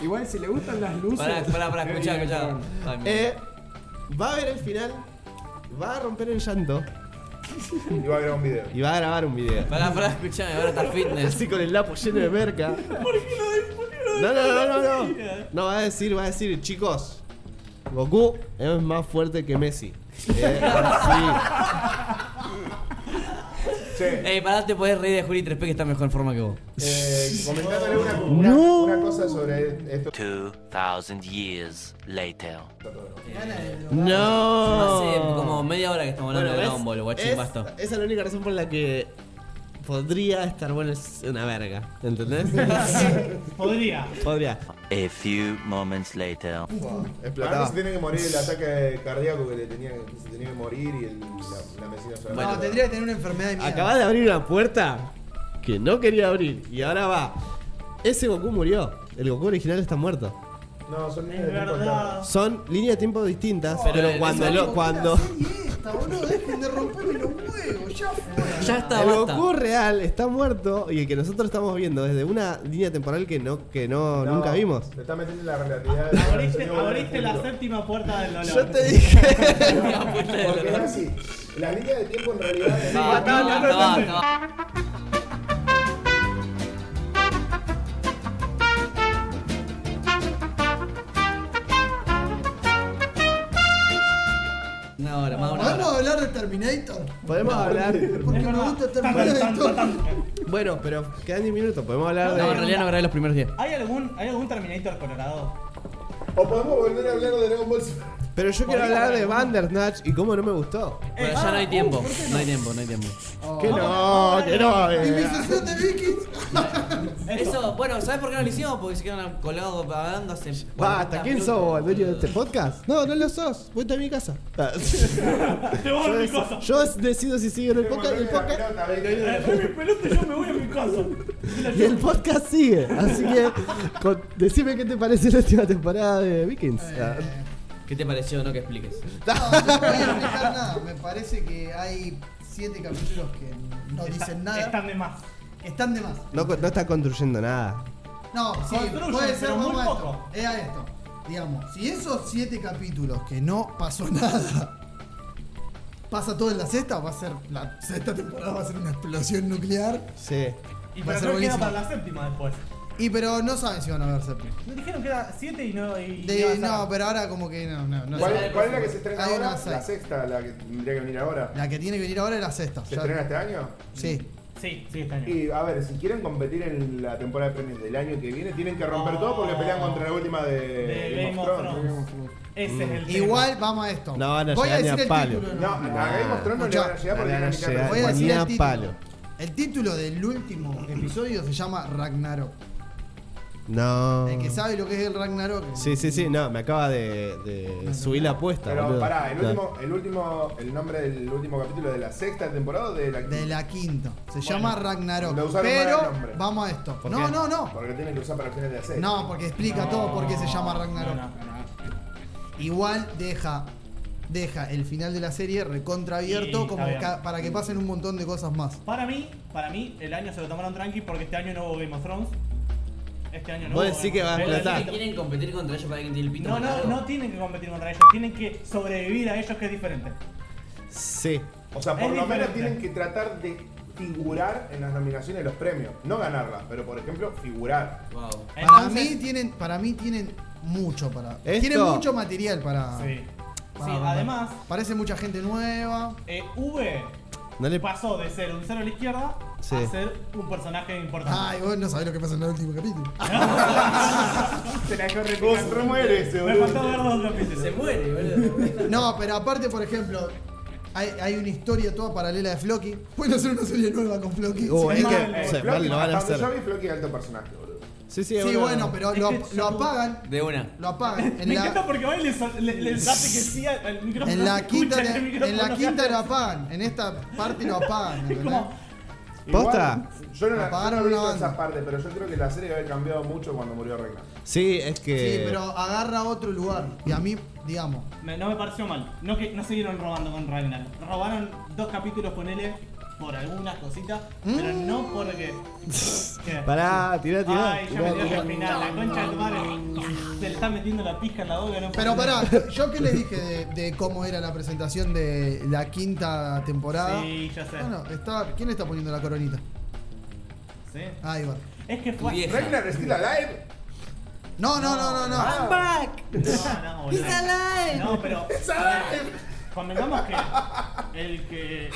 Igual, si le gustan las luces.
Pará, pará, pará,
Eh,
escuchá, escuchá. Ay, mira.
Eh, va a ver el final, va a romper el llanto
Y va a grabar un video.
y va a grabar un video.
Pará, pará, escuchame, ahora está fitness.
Así con el lapo lleno de merca. No, no, no, no, no. No, va a decir, va a decir, chicos. Goku es más fuerte que Messi. Eh, *laughs* sí.
Che,
Ey, pará, te podés reír de Juli 3P que está en mejor forma que vos.
eh, comentándole una, una-
No.
una cosa sobre esto.
2,000 years later.
No.
Hace como media hora que estamos hablando de
Oh. Bueno, ¿ves?
Dragon Ball, guachín
Es-
basto.
Esa es la única razón por la que podría estar bueno es una verga. *laughs* ¿Entendés?
Podría.
podría.
A few moments later.
Para mí se tiene que morir el ataque cardíaco que le tenía, que se tenía que morir y el, la, la vecina se
No, tendría que tener una enfermedad de mierda.
Acabas de abrir una puerta que no quería abrir. Y ahora va. Ese Goku murió. El Goku original está muerto.
No, son niños de
Es
tiempo
verdad.
Son líneas de tiempo distintas,
Pero
pero,
en
cuando
esa
lo,
Digo,
cuando
¿qué serie es esta, boludo? Dejen de romperme los huevos, ya fue.
Ya está,
el
basta.
Goku real está muerto y el que nosotros estamos viendo es de una línea temporal que no que no,
No,
nunca vimos.
Te está metiendo en la realidad.
Abriste, abriste la séptima puerta del dolor.
Yo te dije.
La puerta del
Porque es
dolor.
así. Las líneas de tiempo en
No,
realidad.
no,
no,
basta,
no,
basta, basta. Una hora, más de una hora.
¿Podemos hablar de Terminator?
*laughs* Podemos hablar.
Porque me gusta
Tan,
Terminator.
tan, tan.
Bueno, pero quedan 10 minutos, podemos hablar
No,
de.
en realidad no grabé los primeros 10.
¿Hay algún, ¿Hay algún Terminator colorado?
O podemos volver a hablar de Dragon Ball Z.
Pero yo quiero hablar de Bandersnatch y cómo no me gustó.
Pero ya no hay tiempo. No hay tiempo, no hay tiempo.
Que no, que no, a
Y mi
ver.
sesión
*laughs*
de Vikings.
Eso, bueno, ¿sabes por qué no lo hicimos? Porque se quedaron colados hablando hace.
Basta,
40
¿quién
minutos.
sos vos, el dueño de este podcast? No, no lo sos, vete a mi casa. Ah.
Te voy a mi
yo,
casa.
yo decido si sigo en el podcast, el podcast
Eh, fue mi pelota y yo me voy a mi casa.
Y el podcast sigue, así que con- decime qué te parece la última temporada de Vikings. Ah,
¿Qué te pareció? No que expliques.
No, no voy a explicar nada. Me parece que hay siete capítulos que no dicen nada.
Están de más.
Están de más.
No, no está construyendo nada.
No, sí,
Construyen,
puede ser
pero muy
vamos a esto.
poco.
Es a esto. Digamos, si esos siete capítulos que no pasó *laughs* nada pasa todo en la sexta, va a ser la sexta temporada va a ser una explosión nuclear.
Sí.
Y
Va
pero
a
creo
ser
que queda
buenísimo.
para la séptima después.
Y pero no saben si van a ver séptima.
Me dijeron que era 7 y no. Y
De-
iba a ser-
no, pero ahora como que no, no, no.
¿Cuál,
sé.
¿Cuál es la que se estrena
Hay
ahora?
una seis.
La sexta, la que tendría que venir ahora.
La que tiene que venir ahora es la sexta.
¿Se
ya-
estrena este año?
Sí.
Sí, sí, este está bien.
Y a ver, si quieren competir en la temporada de premios del año que viene, tienen que romper todo porque pelean contra la última de,
De
eh, Game of Thrones.
Ese es el tema.
Igual vamos a esto.
No van a
Voy a
llegar ni a
decir el
palo.
título.
No,
nomás.
a Game of Thrones no le van a llegar porque
Van a
la mitad
llegar.
de-
Voy a decir
Ni a
el título.
palo.
El título del último episodio se llama Ragnarok.
No.
El que sabe lo que es el Ragnarok.
Sí, sí, sí, no, me acaba de, de subir la apuesta.
Pero
boludo.
pará, el
No.
último, el último, el nombre del último capítulo de la sexta temporada o de la
De la quinta. Se llama
lo
Ragnarok.
usaron mal el
Pero
nombre.
vamos a esto.
¿Por
No,
qué?
no, no.
Porque lo tienen que usar para fines de la sexta.
No, porque explica todo por qué se llama Ragnarok.
No, no, no.
Igual deja deja el final de la serie recontraabierto
Sí,
como
está bien.
ca- para que pasen un montón de cosas más.
Para mí, para mí, el año se lo tomaron tranqui porque este año no hubo Game of Thrones. Este año no
Vos
hubo. Game of
decís que va a
Thrones.
Pero
explotar.
si quieren competir contra ellos para que tiene el pito.
No,
más
no,
largo.
no tienen que competir contra ellos, tienen que sobrevivir a ellos que es diferente.
Sí.
O sea, por
Es
lo menos
diferente.
tienen que tratar de figurar en las nominaciones de los premios. No ganarlas, pero por ejemplo, figurar.
Wow.
Para
Entonces-
mí tienen para mí tienen mucho para
Esto-
tienen mucho material para
Sí.
para
Sí,
contar.
además,
parece mucha gente nueva.
eh, V
No le
pasó de ser un cero a la izquierda
Sí.
a ser un personaje importante.
Ay, vos no sabés lo que pasa en el último capítulo.
Se la dejó re
Vos muere ese,
Me faltó ver dos capítulos.
Se muere, boludo.
No, pero aparte, por ejemplo, hay, hay una historia toda paralela de Floki. Pueden hacer una serie nueva con Floki.
Oh,
sí,
es
mal,
que.
eh,
sí,
Floki,
mal, lo van a
cuando
hacer.
Yo vi Floki alto personaje, boludo.
Sí, sí,
Sí,
boludo.
bueno, pero
Es *laughs*
lo,
que
lo
yo-
apagan.
De una.
*laughs*
Lo apagan. En
Me encanta
la,
porque va y le, so- le, le hace que sí al al micrófono.
en la
escucha
quinta,
que el
en la
micrófono *laughs*
quinta lo
gana.
apagan. En esta parte lo apagan.
Es
¿entendés?
como,
Igual,
¿Posta?
Yo no la yo
Apagaron
no he visto
una banda.
esa parte, pero yo creo que la serie había cambiado mucho cuando murió Reina.
Sí, es que.
Sí, pero agarra otro lugar. Y a mí, digamos,
Me- no me pareció mal. No, que, no siguieron robando con Ragnar. Robaron dos capítulos, ponele, por algunas cositas, pero
Mm.
no
*laughs*
porque. ¿Qué?
Pará, tirá, tirá.
Ay, ya
tirá,
me tiró
tirá.
al final, la concha del mar. Se le está metiendo la pija en la boca, no
Pero
puedo
pará,
creer.
yo que le dije de, de cómo era la presentación de la quinta temporada.
Sí, ya sé.
Bueno, está, ¿quién está poniendo la coronita? Ah,
Sí.
Ahí va.
Es que fue.
Vieja.
Reina Still Alive.
No, no, no, no, no.
Ah.
No, no, boludo. No, pero. Convengamos que el que.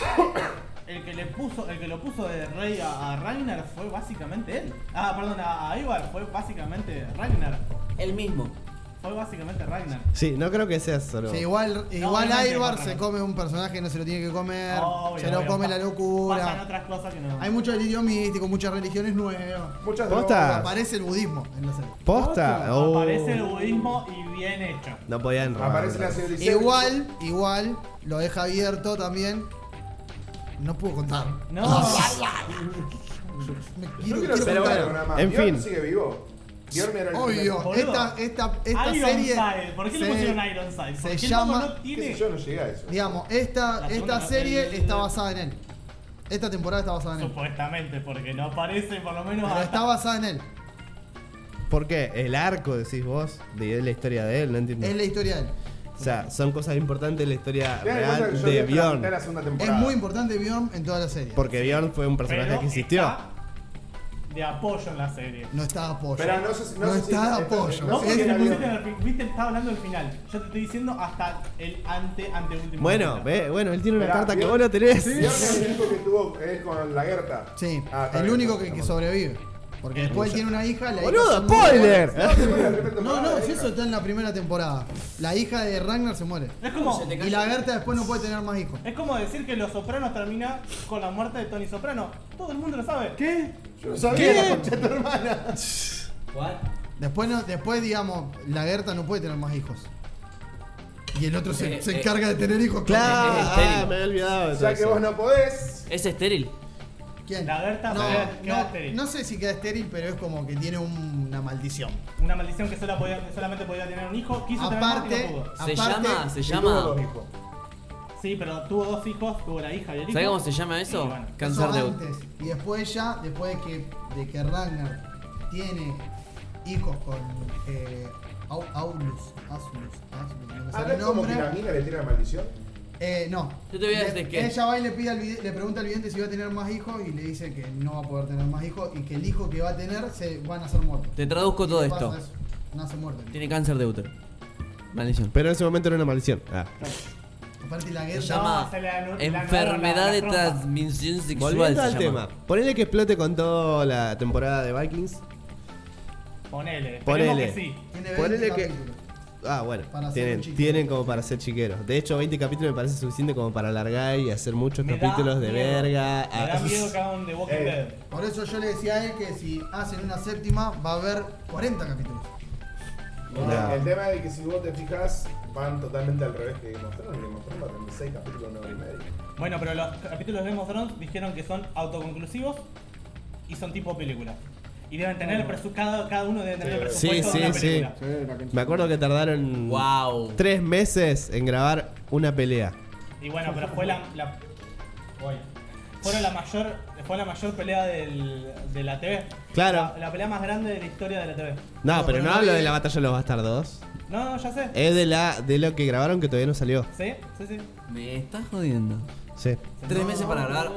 El que le puso. El que lo puso de rey a, a Ragnar fue básicamente él. Ah, perdón, a, a Ivar fue básicamente Ragnar.
El mismo.
Fue básicamente Ragnar.
Sí, no creo que sea solo.
Sí, igual igual
obviamente
Ivar
no,
se
no.
come un personaje que no se lo tiene que comer,
Obvio,
se lo
obvio,
come
pa-
la
Pasan
locura.
otras cosas que no.
Hay mucho delirio místico, muchas religiones nuevas.
Muchas
Posta.
drogas.
Aparece el budismo en la serie.
¿Posta? Oh.
Aparece el budismo y bien hecho.
No podían robar.
Aparece la civilización.
Igual, igual, lo deja abierto también. No puedo contar. Ah,
No,
Me
Yo
quiero-
quiero
quiero
hacer un
contar.
programa.
en
Bjorn
fin.
sigue vivo. Bjorn era el primer-
Obvio,
Boludo.
esta, esta, esta serie.
Ironside. ¿Por qué le
se-
pusieron Ironside?
se
Porque el
llama-
loco no
¿Qué
tiene.
sé yo no llegué a eso.
Digamos,
La
esta,
segunda
esta
no-
serie
el-
está basada en él. Esta temporada está basada en él.
Supuestamente, porque no aparece por lo menos
Pero
hasta-
está basada en él.
¿Por qué? El arco, decís vos, de la historia de él, no entiendo.
Es la historia de él.
O sea, son cosas importantes de la
Tengan
historia
en cuenta que yo
real de
vi hasta la mitad
Bjorn.
de la segunda
Es
temporada.
muy importante Bjorn en toda la serie.
Porque Bjorn fue un personaje
pero
que existió.
está De apoyo en la serie.
No está de apoyo.
Pero no sé si- no
No
sé si-
está de
esto-
apoyo.
No,
No,
porque
Es-
le
no,
pusiste en el fin- viste, estaba hablando del final. Yo te estoy diciendo hasta el ante, anteúltimo.
Bueno,
ve
ve, bueno, él tiene una
Esperá,
carta que
Bjorn-
vos no tenés.
Bjorn es el único que tuvo es con la Gerta.
Sí,
Ah, está
el
bien,
único
está
que, que
bien.
sobrevive. Porque después él tiene una hija. La hija se
*laughs* ¡Boludo,
muere.
spoiler! *laughs*
No, la primera
No,
temporada,
no,
la
si
hija.
eso está en la primera temporada. La hija de Ragnar se muere.
Es como,
Y la Berta después no puede tener más hijos.
es como decir que Los Sopranos termina con la muerte de Tony Soprano. Todo el mundo lo sabe.
¿Qué?
Yo no sabía la concha de tu hermana.
¿Cuál?
Después, no- después digamos, la Gerta no puede tener más hijos. Y el otro se,
Eh,
se
eh.
encarga de tener hijos.
Claro,
Es
ah,
estéril.
me había olvidado. de todo
Ya que
eso.
vos no podés.
Es estéril.
¿Quién?
La Gerta
no,
queda- queda
no,
estéril.
no sé si queda estéril, pero es como que tiene un- una maldición.
Una maldición que solo podía- solamente podía tener un hijo. Quiso tener más y no
Aparte,
pudo.
Se
aparte
llama, se
Y tuvo
llama.
dos hijos.
Sí, pero tuvo dos hijos, tuvo la hija y el hijo.
¿Sabes cómo se llama eso?
Y bueno.
Cáncer
eso
de
antes. Y después ya, después de que, de que Ragnar tiene hijos con eh, Au- Aulus, Asulus, Asulus, no me
Ah,
sale
¿no
el
es como que
nombre.
la mina le tiene la maldición?
Eh, no.
Yo te voy a
Le-
decir que-
Ella va y le, pide al vide- le pregunta al vidente si va a tener más hijos y le dice que no va a poder tener más hijos y que el hijo que va a tener se van a ser muertos.
Te traduzco todo
¿Qué pasa
esto.
eso? Nace muerto.
Tiene cáncer de útero. Maldición.
Pero en ese momento era una maldición. Ah.
Aparte la guerra.
Se llama
se le anu- le anularon la-
enfermedad
la
de
trompa.
transmisión sexual.
Volviendo
Se
al tema.
llama.
Ponele que explote con toda la temporada de Vikings.
Ponele. Ponele.
Ponele.
que sí.
Tiene 20
Ponele que-
capítulos.
Ah, bueno.
Para hacer
Tienen,
un chico.
tienen como para ser chiqueros. De hecho, 20 capítulos me parece suficiente como para alargar y hacer muchos
Me da
capítulos de
miedo.
verga.
Me da
Ah,
miedo que hagan de Walking
Eh.
Dead.
Por eso yo le decía a él que si hacen una séptima va a haber 40 capítulos.
Mirá.
El tema es que si vos te fijas, van totalmente al revés que mostraron. Que mostraron va a tener 6 capítulos en una hora y media.
Bueno, pero los capítulos de Game of Thrones dijeron que son autoconclusivos y son tipo película. Y deben tener el presupuesto, cada, cada uno debe tener el
Sí,
presupuesto
sí,
de una
sí.
película.
Sí, la concha.
Me acuerdo que tardaron
Wow.
tres meses en grabar una pelea.
Y bueno, pero fue la, la- Uy. fueron la mayor, fue la mayor pelea del, de la TV.
Claro.
La, la pelea más grande de la historia de la TV.
No,
No,
pero
pero
no
no
hablo
vi-
de la batalla de los bastardos.
No, no, ya sé.
Es de la de lo que grabaron que todavía no salió.
Sí, sí, sí.
Me estás jodiendo.
Sí.
Tres meses para grabar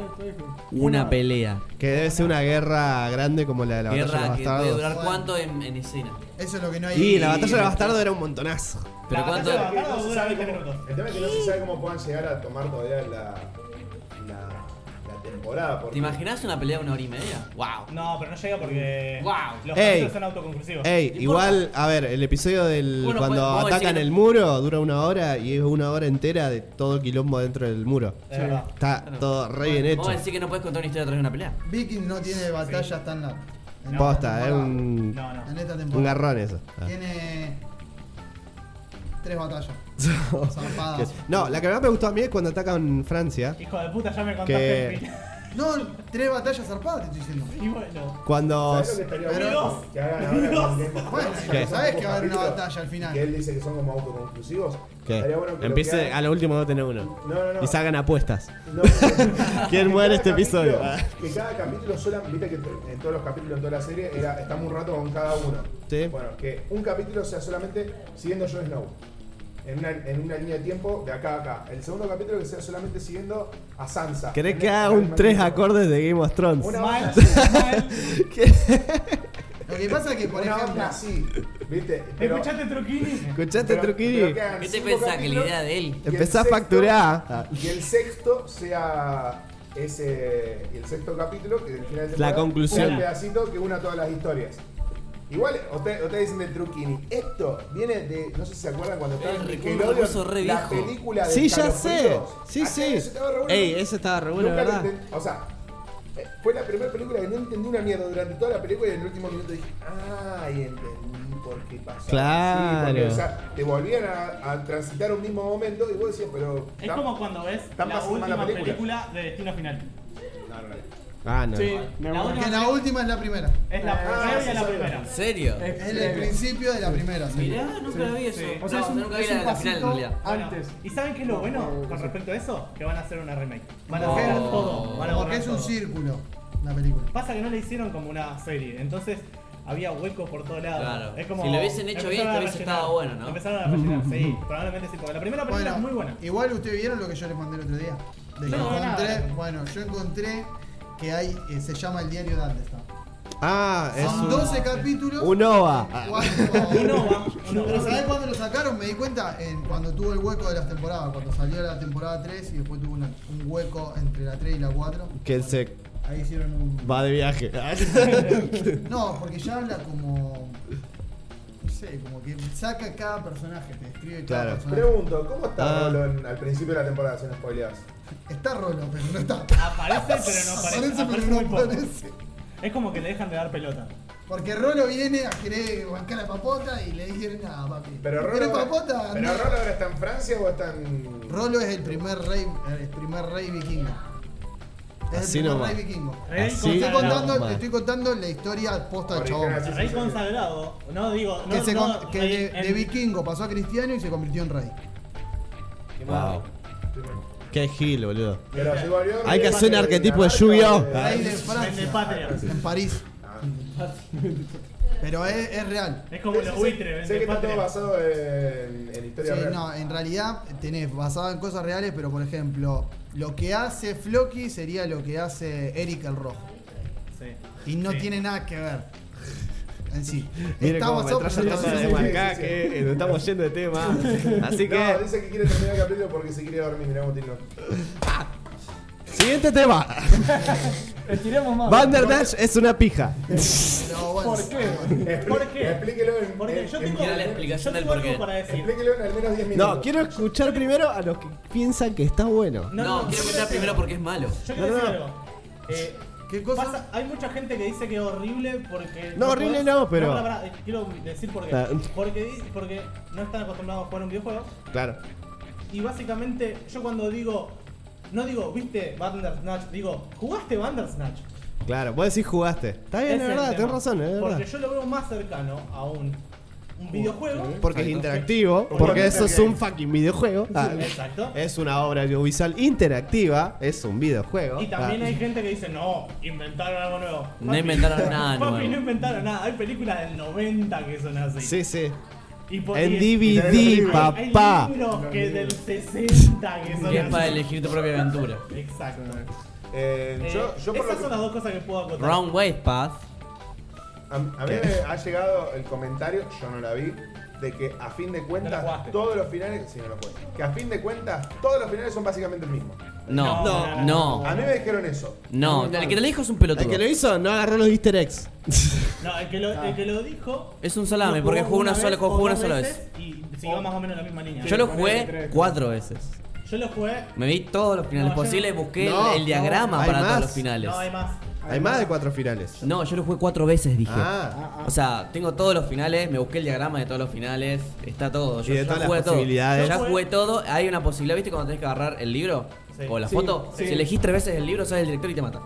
una pelea.
Que debe ser una guerra grande como la de la batalla
Guerra
de
que
los
puede
bastardos.
durar cuánto en, en escena.
Eso es lo que no hay.
Y la batalla de los bastardos era un montonazo.
Pero
La
cuánto.
batalla-
Que no se
dura
sabe
20
cómo-
minutos.
El tema es que no se sabe cómo puedan llegar a tomar todavía la, la, la temporada. Porque
¿Te imaginas una pelea de una hora y media? ¡Wow!
No, pero no llega porque
Guau.
los
Ey.
capítulos son autoconclusivos.
Ey,
No
igual, a ver, el episodio del
Bueno,
cuando
pues, vamos a
atacan
decir que-
el muro dura una hora y es una hora entera de todo quilombo dentro del muro.
Es verdad.
Está todo re bien hecho.
Vamos a decir que no puedes contar una historia tras de una pelea.
Viking no tiene batallas tan largas. En esta
Posta, es
temporada.
un,
No, no.
En esta
un
temporada.
garrón eso. Ah.
Tiene tres
*laughs*
batallas. Zampadas.
No, la que más me gustó a mí es cuando atacan Francia.
Hijo de puta, ya me contaste el
Que,
final. *laughs*
No, tres batallas zarpadas te estoy diciendo.
Y bueno.
Cuando.
¿Sabés lo que estaría
Pero-
bueno? Que hagan ahora con Game of
Bueno,
Thrones, ya
¿Qué?
que son pocos
sabés que va a haber una
capítulos,
batalla al final.
Que él dice que son como autoconclusivos.
¿Qué?
Estaría bueno que lo
Empiece
que hagan-
a lo último no tener uno.
No, no, no.
Y salgan apuestas.
No, no, no.
*laughs* ¿Quién
Que
muere
cada
este episodio?
capítulo-
Ah.
Que cada capítulo sola, viste que t- en todos los capítulos, en toda la serie, era, estamos un rato con cada uno.
Sí.
Bueno, que un capítulo sea solamente siguiendo Jon Snow. En una, en una línea de tiempo de acá a acá. El segundo capítulo que sea solamente siguiendo a Sansa.
¿Querés
En
que
el-
haga
en el
un
mismo
tres
tiempo.
acordes de Game of Thrones? *laughs*
Una
Mal,
banda
mal.
Lo que pasa es que, *laughs* por
Una
ejemplo,
onda así, ¿viste? Pero-
Escuchate, Truquini.
¿Escuchaste, Truquini?
pero que hagan
¿Qué te
cinco
pensás que la
capítulos
idea de él?
y el
Empezá a
sexto-
facturar. Ah.
Y el sexto sea ese. El sexto capítulo, que el final de temporada,
conclusión.
Un pedacito que una todas las historias. Igual, ustedes usted dicen de Truquini. Esto viene de. No sé si se acuerdan cuando estaba
Es
en
un recurso re
Nickelodeon. La
viejo.
película de.
Sí, ya sé.
Escalofríos.
Sí,
Acá
sí.
eso estaba re bueno.
Ey, esa estaba re buena,
Nunca lo
¿verdad?
enten- O sea, eh, fue la primera película que no entendí una mierda durante toda la película y en el último minuto dije, ay, entendí por qué pasó.
Claro.
así", porque, o sea, te volvían a, a transitar un mismo momento y vos decías, pero.
Es como cuando ves
Están
la
pasando mala
última
película.
película de Destino Final.
No, no, no.
Ah, no.
Sí, me
La
acuerdo.
última
que la última es la primera.
es la
Ah,
previa
sí,
a la
sí.
primera.
¿En serio?
Es
Es el
previa.
principio de la primera, sí.
Mirá, nunca vi eso.
sí.
O sea,
No,
es un,
nunca vi
es un
la, la final en
pasito
realidad.
Bueno,
antes.
¿Y saben qué es lo bueno con respecto a eso? Que van a hacer una remake. Van a borrar
No.
todo. Van a
Porque
borrar
es un
todo.
círculo la película.
Pasa que no le hicieron como una serie, entonces había huecos por todos lados.
Claro.
Es como,
Si lo hubiesen hecho bien,
empezaron a
hubiese
rellenar.
estado bueno, ¿no?
Empezaron a
*laughs*
rellenar, sí, probablemente sí, porque la primera película
Bueno,
es muy buena.
igual ustedes vieron lo que yo les mandé el otro día. De que
No,
encontré,
nada.
bueno, yo encontré que hay, eh, se llama el diario de Anderson.
Ah, es
Son
un,
12 capítulos.
un OVA. Ah.
Cuando-
Uno va, uno
*laughs* Pero
va.
¿sabés cuándo lo sacaron? Me di cuenta en cuando tuvo el hueco de las temporadas, cuando salió la temporada 3 y después tuvo una- un hueco entre la 3 y la 4.
Que se
Ahí hicieron
*laughs*
un.
va de viaje.
No, porque ya habla como. No sé, como que saca cada personaje, te describe cada
Claro.
personaje.
Pregunto, ¿cómo está
Ah.
Rolo en- al principio de la temporada sin spoilers?
Está Rolo, pero no está.
Aparece, pero no aparece.
*laughs* Aparece,
aparece
pero
muy
no
poco.
aparece.
Es como que le dejan de dar pelota.
Porque Rolo viene a querer bancar a Papota y le dijeron, nada, papi.
Pero
¿Querés
Rolo,
Papota?
pero
Andá".
Rolo ahora está en Francia o está en.
Rolo es el primer rey, el primer rey vikingo. Es
Así
el primer
nomás.
rey vikingo.
Rey
Así
Te estoy,
consagrado.
contando,
nomás.
te estoy contando la historia posta del chabón.
Original, sí,
Rey consagrado, no digo. No,
Que, se con-
no,
que
rey
de, de
en-
vikingo pasó a cristiano y se convirtió en rey.
wow. Qué gil, boludo.
Pero se volvió.
Hay que hacer un
Eh,
arquetipo de
Dinamarca,
Yu-Gi-Oh.
eh,
Ah.
Rey de
en de
Francia,
patria.
en
*laughs*
París.
Ah.
Pero es, es real.
Es como los buitres,
Sé que
vende
está todo
patria.
basado en, en
Sí,
historia real.
no, en realidad tenés basado en cosas reales, pero por ejemplo, lo que hace Floki sería lo que hace Eric el Rojo.
Sí.
Y no
Sí.
tiene nada que ver. En sí.
Mire
Está
cómo me
basado
trae
pero no
tanto
tiene
de
sí, sí,
acá
sí.
que eh, nos estamos yendo de tema. Así que,
No, dice que quiere terminar el capítulo porque se quiere dormir. Mirá, Botín, no.
siguiente tema.
Estiremos más.
Banderdash es una pija.
Pero bueno,
¿Por qué?
¿Por qué?
Explíquelo en.
Porque
en-
yo
en-
tengo,
Mira la
yo
explicación del
tengo algo
porqué.
para decir.
Explíquelo en al menos 10 minutos.
No, quiero escuchar primero a los que piensan que está bueno.
No, quiero escuchar primero porque es malo.
Yo quiero
No, no,
decir
no.
algo. Eh,
¿Qué cosa?
pasa- hay mucha gente que dice que es horrible porque.
No, horrible
podés-
no, pero-
pará, pará, eh, quiero decir por qué.
Ah.
Porque, di- porque no están acostumbrados a jugar un videojuego.
Claro.
Y básicamente, yo cuando digo. No digo, viste Bandersnatch, digo, ¿jugaste Bandersnatch?
Claro, vos decís jugaste. Está bien,
Ese el
es verdad,
tema.
tenés razón, es
Porque
verdad.
yo lo veo más cercano a un, un videojuego.
Porque es interactivo, porque eso es un fucking videojuego. Ah,
Exacto.
Es una obra audiovisual interactiva, es un videojuego.
Y también
Ah.
hay gente que dice, no, inventaron algo nuevo.
No
Papi,
inventaron nada
*laughs* Papi,
nuevo.
no inventaron nada. Hay películas del 90 que son así.
Sí, sí.
Y po-
En
y-
DVD,
Hay
papá.
libros que del 60 que son
Que es para
así.
elegir tu propia aventura.
Exacto.
Eh,
Eh,
yo, yo por
esas
lo que-
son las dos cosas que puedo acotar.
Wrong way, path.
a, a mí me ha llegado el comentario, yo no la vi, de que a fin de cuentas
jugaste.
todos los finales. Sí, no lo jugué. Que a fin de cuentas todos los finales son básicamente el mismo.
No,
No,
no,
A
no.
mí me dijeron eso.
el que lo dijo es un pelotudo.
El que lo hizo no agarró los easter eggs.
No, el que lo, el
Ah.
que lo dijo.
Es un salame,
lo
porque jugó una sola-
vez o
jugó una
dos
sola
veces Y siguió más o menos la misma línea.
Yo lo jugué cuatro veces.
Yo lo jugué.
Me vi todos los finales
No, yo-
posibles, busqué el-
No,
el, diagrama
no, hay
para
más.
todos los finales.
No hay más.
Hay más de cuatro finales.
No, yo lo jugué cuatro veces, dije.
Ah,
O sea, tengo todos los finales, me busqué el diagrama de todos los finales, está todo. Yo
Y de
ya
todas las
jugué todo.
posibilidades.
Ya jugué todo, hay una posibilidad, ¿viste cuando tenés que agarrar el libro? O la
Sí,
foto.
sí.
Si elegís tres veces el libro, sos el director y te mata.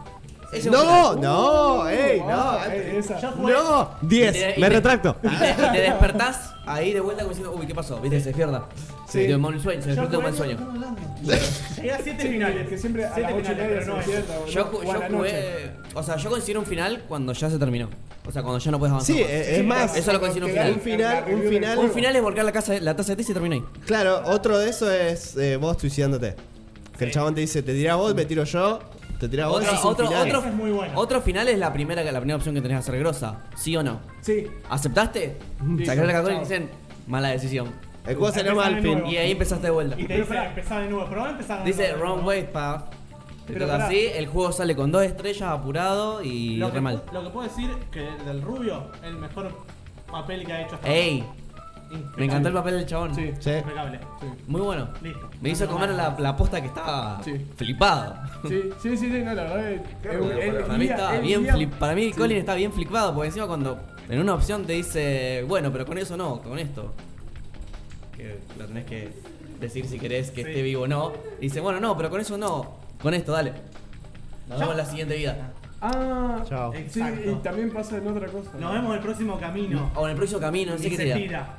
Ese
No,
vos-
no, ey,
Ah,
no.
eh, esa.
Yo jugué.
No,
Y te-
10,
y Ah,
me
te-
retracto.
Y te, y *laughs* te despertás ahí de vuelta como diciendo, uy, ¿qué pasó? ¿Viste? Se despierta. Se dio un mal sueño, se
Yo
despierta de un mal
jugué-
sueño.
estamos hablando. Llegué a siete finales.
Que siempre a
Siete
las ocho y media
finales,
se
pero no es.
despierta,
Yo,
o
ju-
a la
yo
noche.
jugué. O sea, yo considero un final cuando ya se terminó. O sea, cuando ya no puedes avanzar.
Sí,
más.
eh, es más.
Eso lo considero un
queda
final.
Un final, un final.
Un final es volcar la, casa, la taza de té y se termina ahí.
Claro, otro de eso es eh, vos suicidándote. Que el chabón te dice, te tirás vos, me tiro yo, te tirás vos.
Otro,
ese es un
otro,
final.
otro,
Esa es muy buena.
otro final es la primera, la primera opción que tenés que hacer grosa. ¿Sí o no?
Sí.
¿Aceptaste? Sacás la
Sí, chao.
calculadora y dicen, mala decisión.
El juego salió mal al fin.
Nuevo.
Y ahí empezaste de vuelta.
Y te dice, empezá de nuevo, pero ahora empezá de
Dice
nuevo.
wrong way, path. Te
Pero
toca
pará.
así, el juego sale con dos estrellas apurado y
Lo que,
re mal.
lo que puedo decir que del Rubio, el mejor papel que ha hecho hasta
Ey,
ahora.
me encantó el papel del chabón.
Sí.
Sí.
Impecable.
Muy bueno.
Listo.
Me hizo comer la, la posta que estaba
Sí.
flipado.
Sí, sí, sí, sí, no, la verdad es.
Qué
es-
raro,
es-
para
Para mí,
guía-
estaba
es
bien
guía-
flip- para mí
sí.
Colin está bien flipado, porque encima cuando en una opción te dice, bueno, pero con eso no, con esto. Que lo tenés que decir si querés que esté vivo o no. Y dice, bueno, no, pero con eso no, con esto, dale. Nos vemos en la siguiente vida.
Ah,
Chao.
Sí,
Exacto.
y también pasa en otra cosa.
Nos vemos el próximo camino.
O en el próximo camino, no sé
y
qué
se
te da.
tira.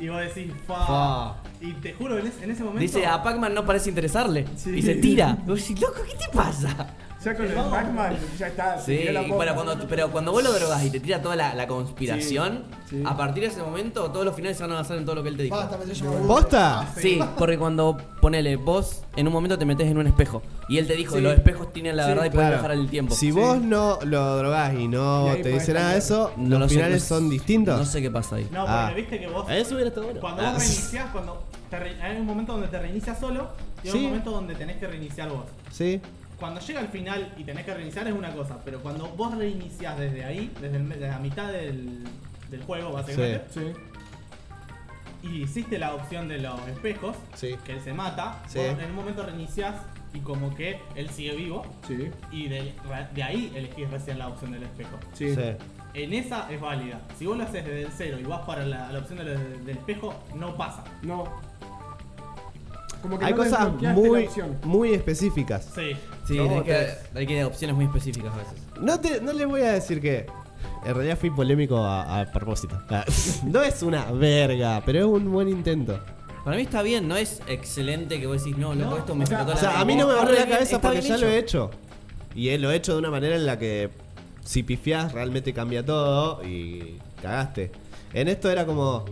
Y vos decís, fa.
Fa.
Y te juro, en ese, en ese momento.
Dice, a Pac-Man no parece interesarle.
Sí.
Y se
*laughs*
tira. Y vos decís, loco, ¿qué te pasa?
Ya con el
Vamos.
Pac-Man, ya está. se
Sí,
tiró la
y
posta.
bueno, cuando, pero cuando vos lo drogas y te tira toda la, la conspiración,
Sí, sí.
a partir de ese momento todos los finales se van a basar en todo lo que él te dijo.
Basta, me estoy llamando.
¿Posta?
Sí, porque cuando ponele vos, en un momento te metes en un espejo. Y él te dijo,
Sí.
los espejos tienen la
Sí,
verdad y pueden
Claro.
viajar en el tiempo.
Si vos no lo drogás y
Y
no
ahí
te
podés
dice nada de
cambiar.
eso,
No lo
los
sé,
finales
no sé-
son distintos.
No sé qué pasa ahí.
No,
Ah.
porque viste que vos.
Eso hubiera estado bueno.
Cuando
Ah.
vos reiniciás, cuando. te re- hay un momento donde te reinicias solo y hay
Sí.
un momento donde tenés que reiniciar vos.
Sí.
Cuando llega al final y tenés que reiniciar es una cosa, pero cuando vos reiniciás desde ahí, desde, el- desde la mitad del, del juego básicamente,
Sí.
y hiciste la opción de los espejos,
Sí.
que él se mata,
Sí.
vos en un momento reiniciás y como que él sigue vivo,
Sí.
y de, de ahí elegís recién la opción del espejo.
Sí.
Sí.
En esa es válida. Si vos lo haces desde el cero y vas para la, la opción de lo- del espejo, no pasa.
No. Como que
Hay
no
cosas
desbloqueaste la
muy,
opción.
muy específicas.
Sí.
Sí,
No,
hay que,
tres.
hay que dar opciones muy específicas a veces.
No, te, no les voy a decir que. En realidad fui polémico a, a propósito. Ah, *laughs* No es una verga, pero es un buen intento.
Para mí está bien, no es excelente que vos decís, no, loco,
No,
esto me
o sea,
explotó
O
la
sea, a mí no me
mente".
barre la
Está
cabeza
bien
porque ya lo he
hecho.
hecho. Y eh, lo he hecho de una manera en la que si pifiás realmente cambia todo y cagaste. En esto era como.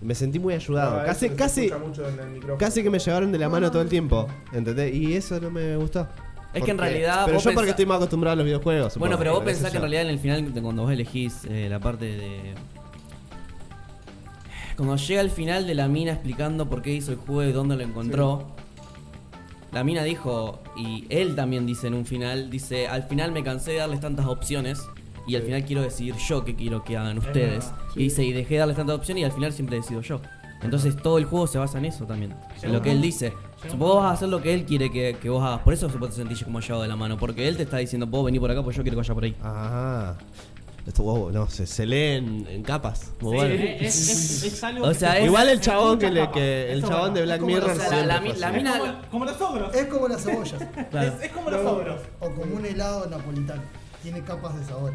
Me sentí muy ayudado.
No,
casi,
Ah, eso se
casi,
escucha mucho en el micrófono. Ah,
casi que me llevaron de la mano todo el tiempo. ¿Entendés? Y eso no me gustó.
Es que
Porque-
en realidad
Pero
vos
yo porque
pensá-
estoy más acostumbrado a los videojuegos.
Bueno,
supongo,
pero vos
qué sé
pensás que en
yo.
realidad en el final, de cuando vos elegís eh, la parte de. Cuando llega al final de la mina explicando por qué hizo el juego y dónde lo encontró, la mina dijo, y él también dice en un final: dice, al final me cansé de darles tantas opciones. Y al final quiero decidir yo qué quiero que hagan ustedes.
verdad,
Y dice, y dejé de darles tantas opciones y al final siempre decido yo. Entonces todo el juego se basa en eso también. En lo que él dice. Vos vas a hacer lo que él quiere que, que vos hagas. Por eso supongo que te sentís como llevado de la mano. Porque él te está diciendo, vos vení por acá, pues yo quiero que vaya por ahí.
Ajá. Ah, Esto, wow, no, se, se lee en, en capas. Muy
Sí,
bueno.
es, es- es- es algo
O
que-
sea, es-
Igual el chabón que, le,
mucha
que
capa.
el
Eso
chabón
bueno.
de Black
Es como
Mirror
la- la-
siempre
la-
fue así.
la
Es
mina-
como, como los ogros.
Es como las cebollas
Claro.
Es, es como los ogros.
o como un helado napolitano. Tiene capas de sabor.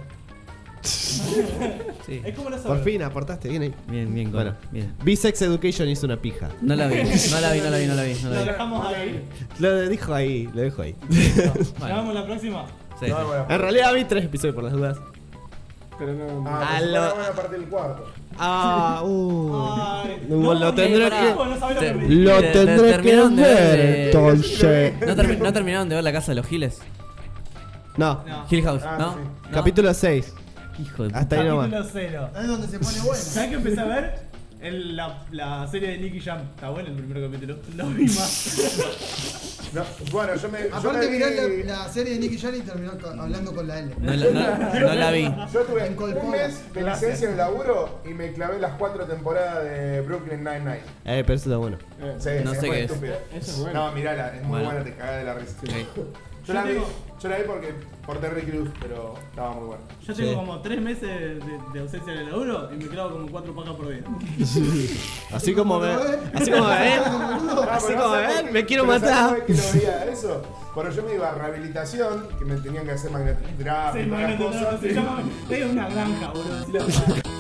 Sí.
Es como los ogros.
Por fin aportaste, bien ahí.
Bien, bien,
Bueno,
bueno. bien.
B-Sex Education hizo una pija.
No la vi, no la vi, no la vi, no la vi. No
Lo
la vi.
dejamos ahí.
Lo dijo ahí, lo dijo ahí.
Nos vemos la próxima.
Sí,
No,
sí.
bueno.
En realidad vi tres episodios por las dudas.
Pero no.
Ah,
A
pues
lo-
ahora van a partir del cuarto.
Ah, uh.
Ay,
Lo
no,
tendré
pará,
que-
vos no sabés lo
Te-
que me dijiste.
Lo
te-
tendré que
terminaron de
ver,
eh,
entonces.
¿No, termi- no terminaron de ver la casa de los Giles?
No,
No.
Hill House,
Ah,
¿no?
sí. Ah,
¿No?
capítulo 6.
Hijo de
Hasta ahí nomás. Ah,
Capítulo cero.
Ahí es donde se pone bueno.
¿Sabes qué empecé a ver? El- la, la serie de Nicky Jam. Está bueno el primer capítulo. Lo vi
*laughs*
más.
No, bueno, yo me. yo
Aparte
me
mirá
vi-
la, la serie de Nicky Jam y terminó co- hablando con la L.
No, la- no- no la vi.
Yo tuve
En
un
Colpón.
mes de licencia en el laburo y me clavé las cuatro temporadas de Brooklyn Nine-Nine.
Eh, pero eso está bueno.
Sí,
No
sí,
sé
fue
qué es.
estúpido.
Eso es bueno.
No, mirala, es muy
Bueno.
buena, te cagás de la risa.
Sí.
*laughs* Yo
Yo
la, vi,
tengo-
yo la vi porque por Terry Cruz, pero estaba muy bueno.
Yo tengo
Sí.
como tres meses de, de ausencia de laburo y me clavo como cuatro pajas por día.
Así como me, así como me ven,
No,
así
pero
como me
¿sabes por
ven,
qué?
me quiero
Pero ¿sabes
matar.
por qué no veía eso? Porque yo me iba a rehabilitación, que me tenían que hacer magnetoterapia
Sí,
y todas las
imagínate, no,
cosas.
*laughs*
se llama- Es una granja, boludo.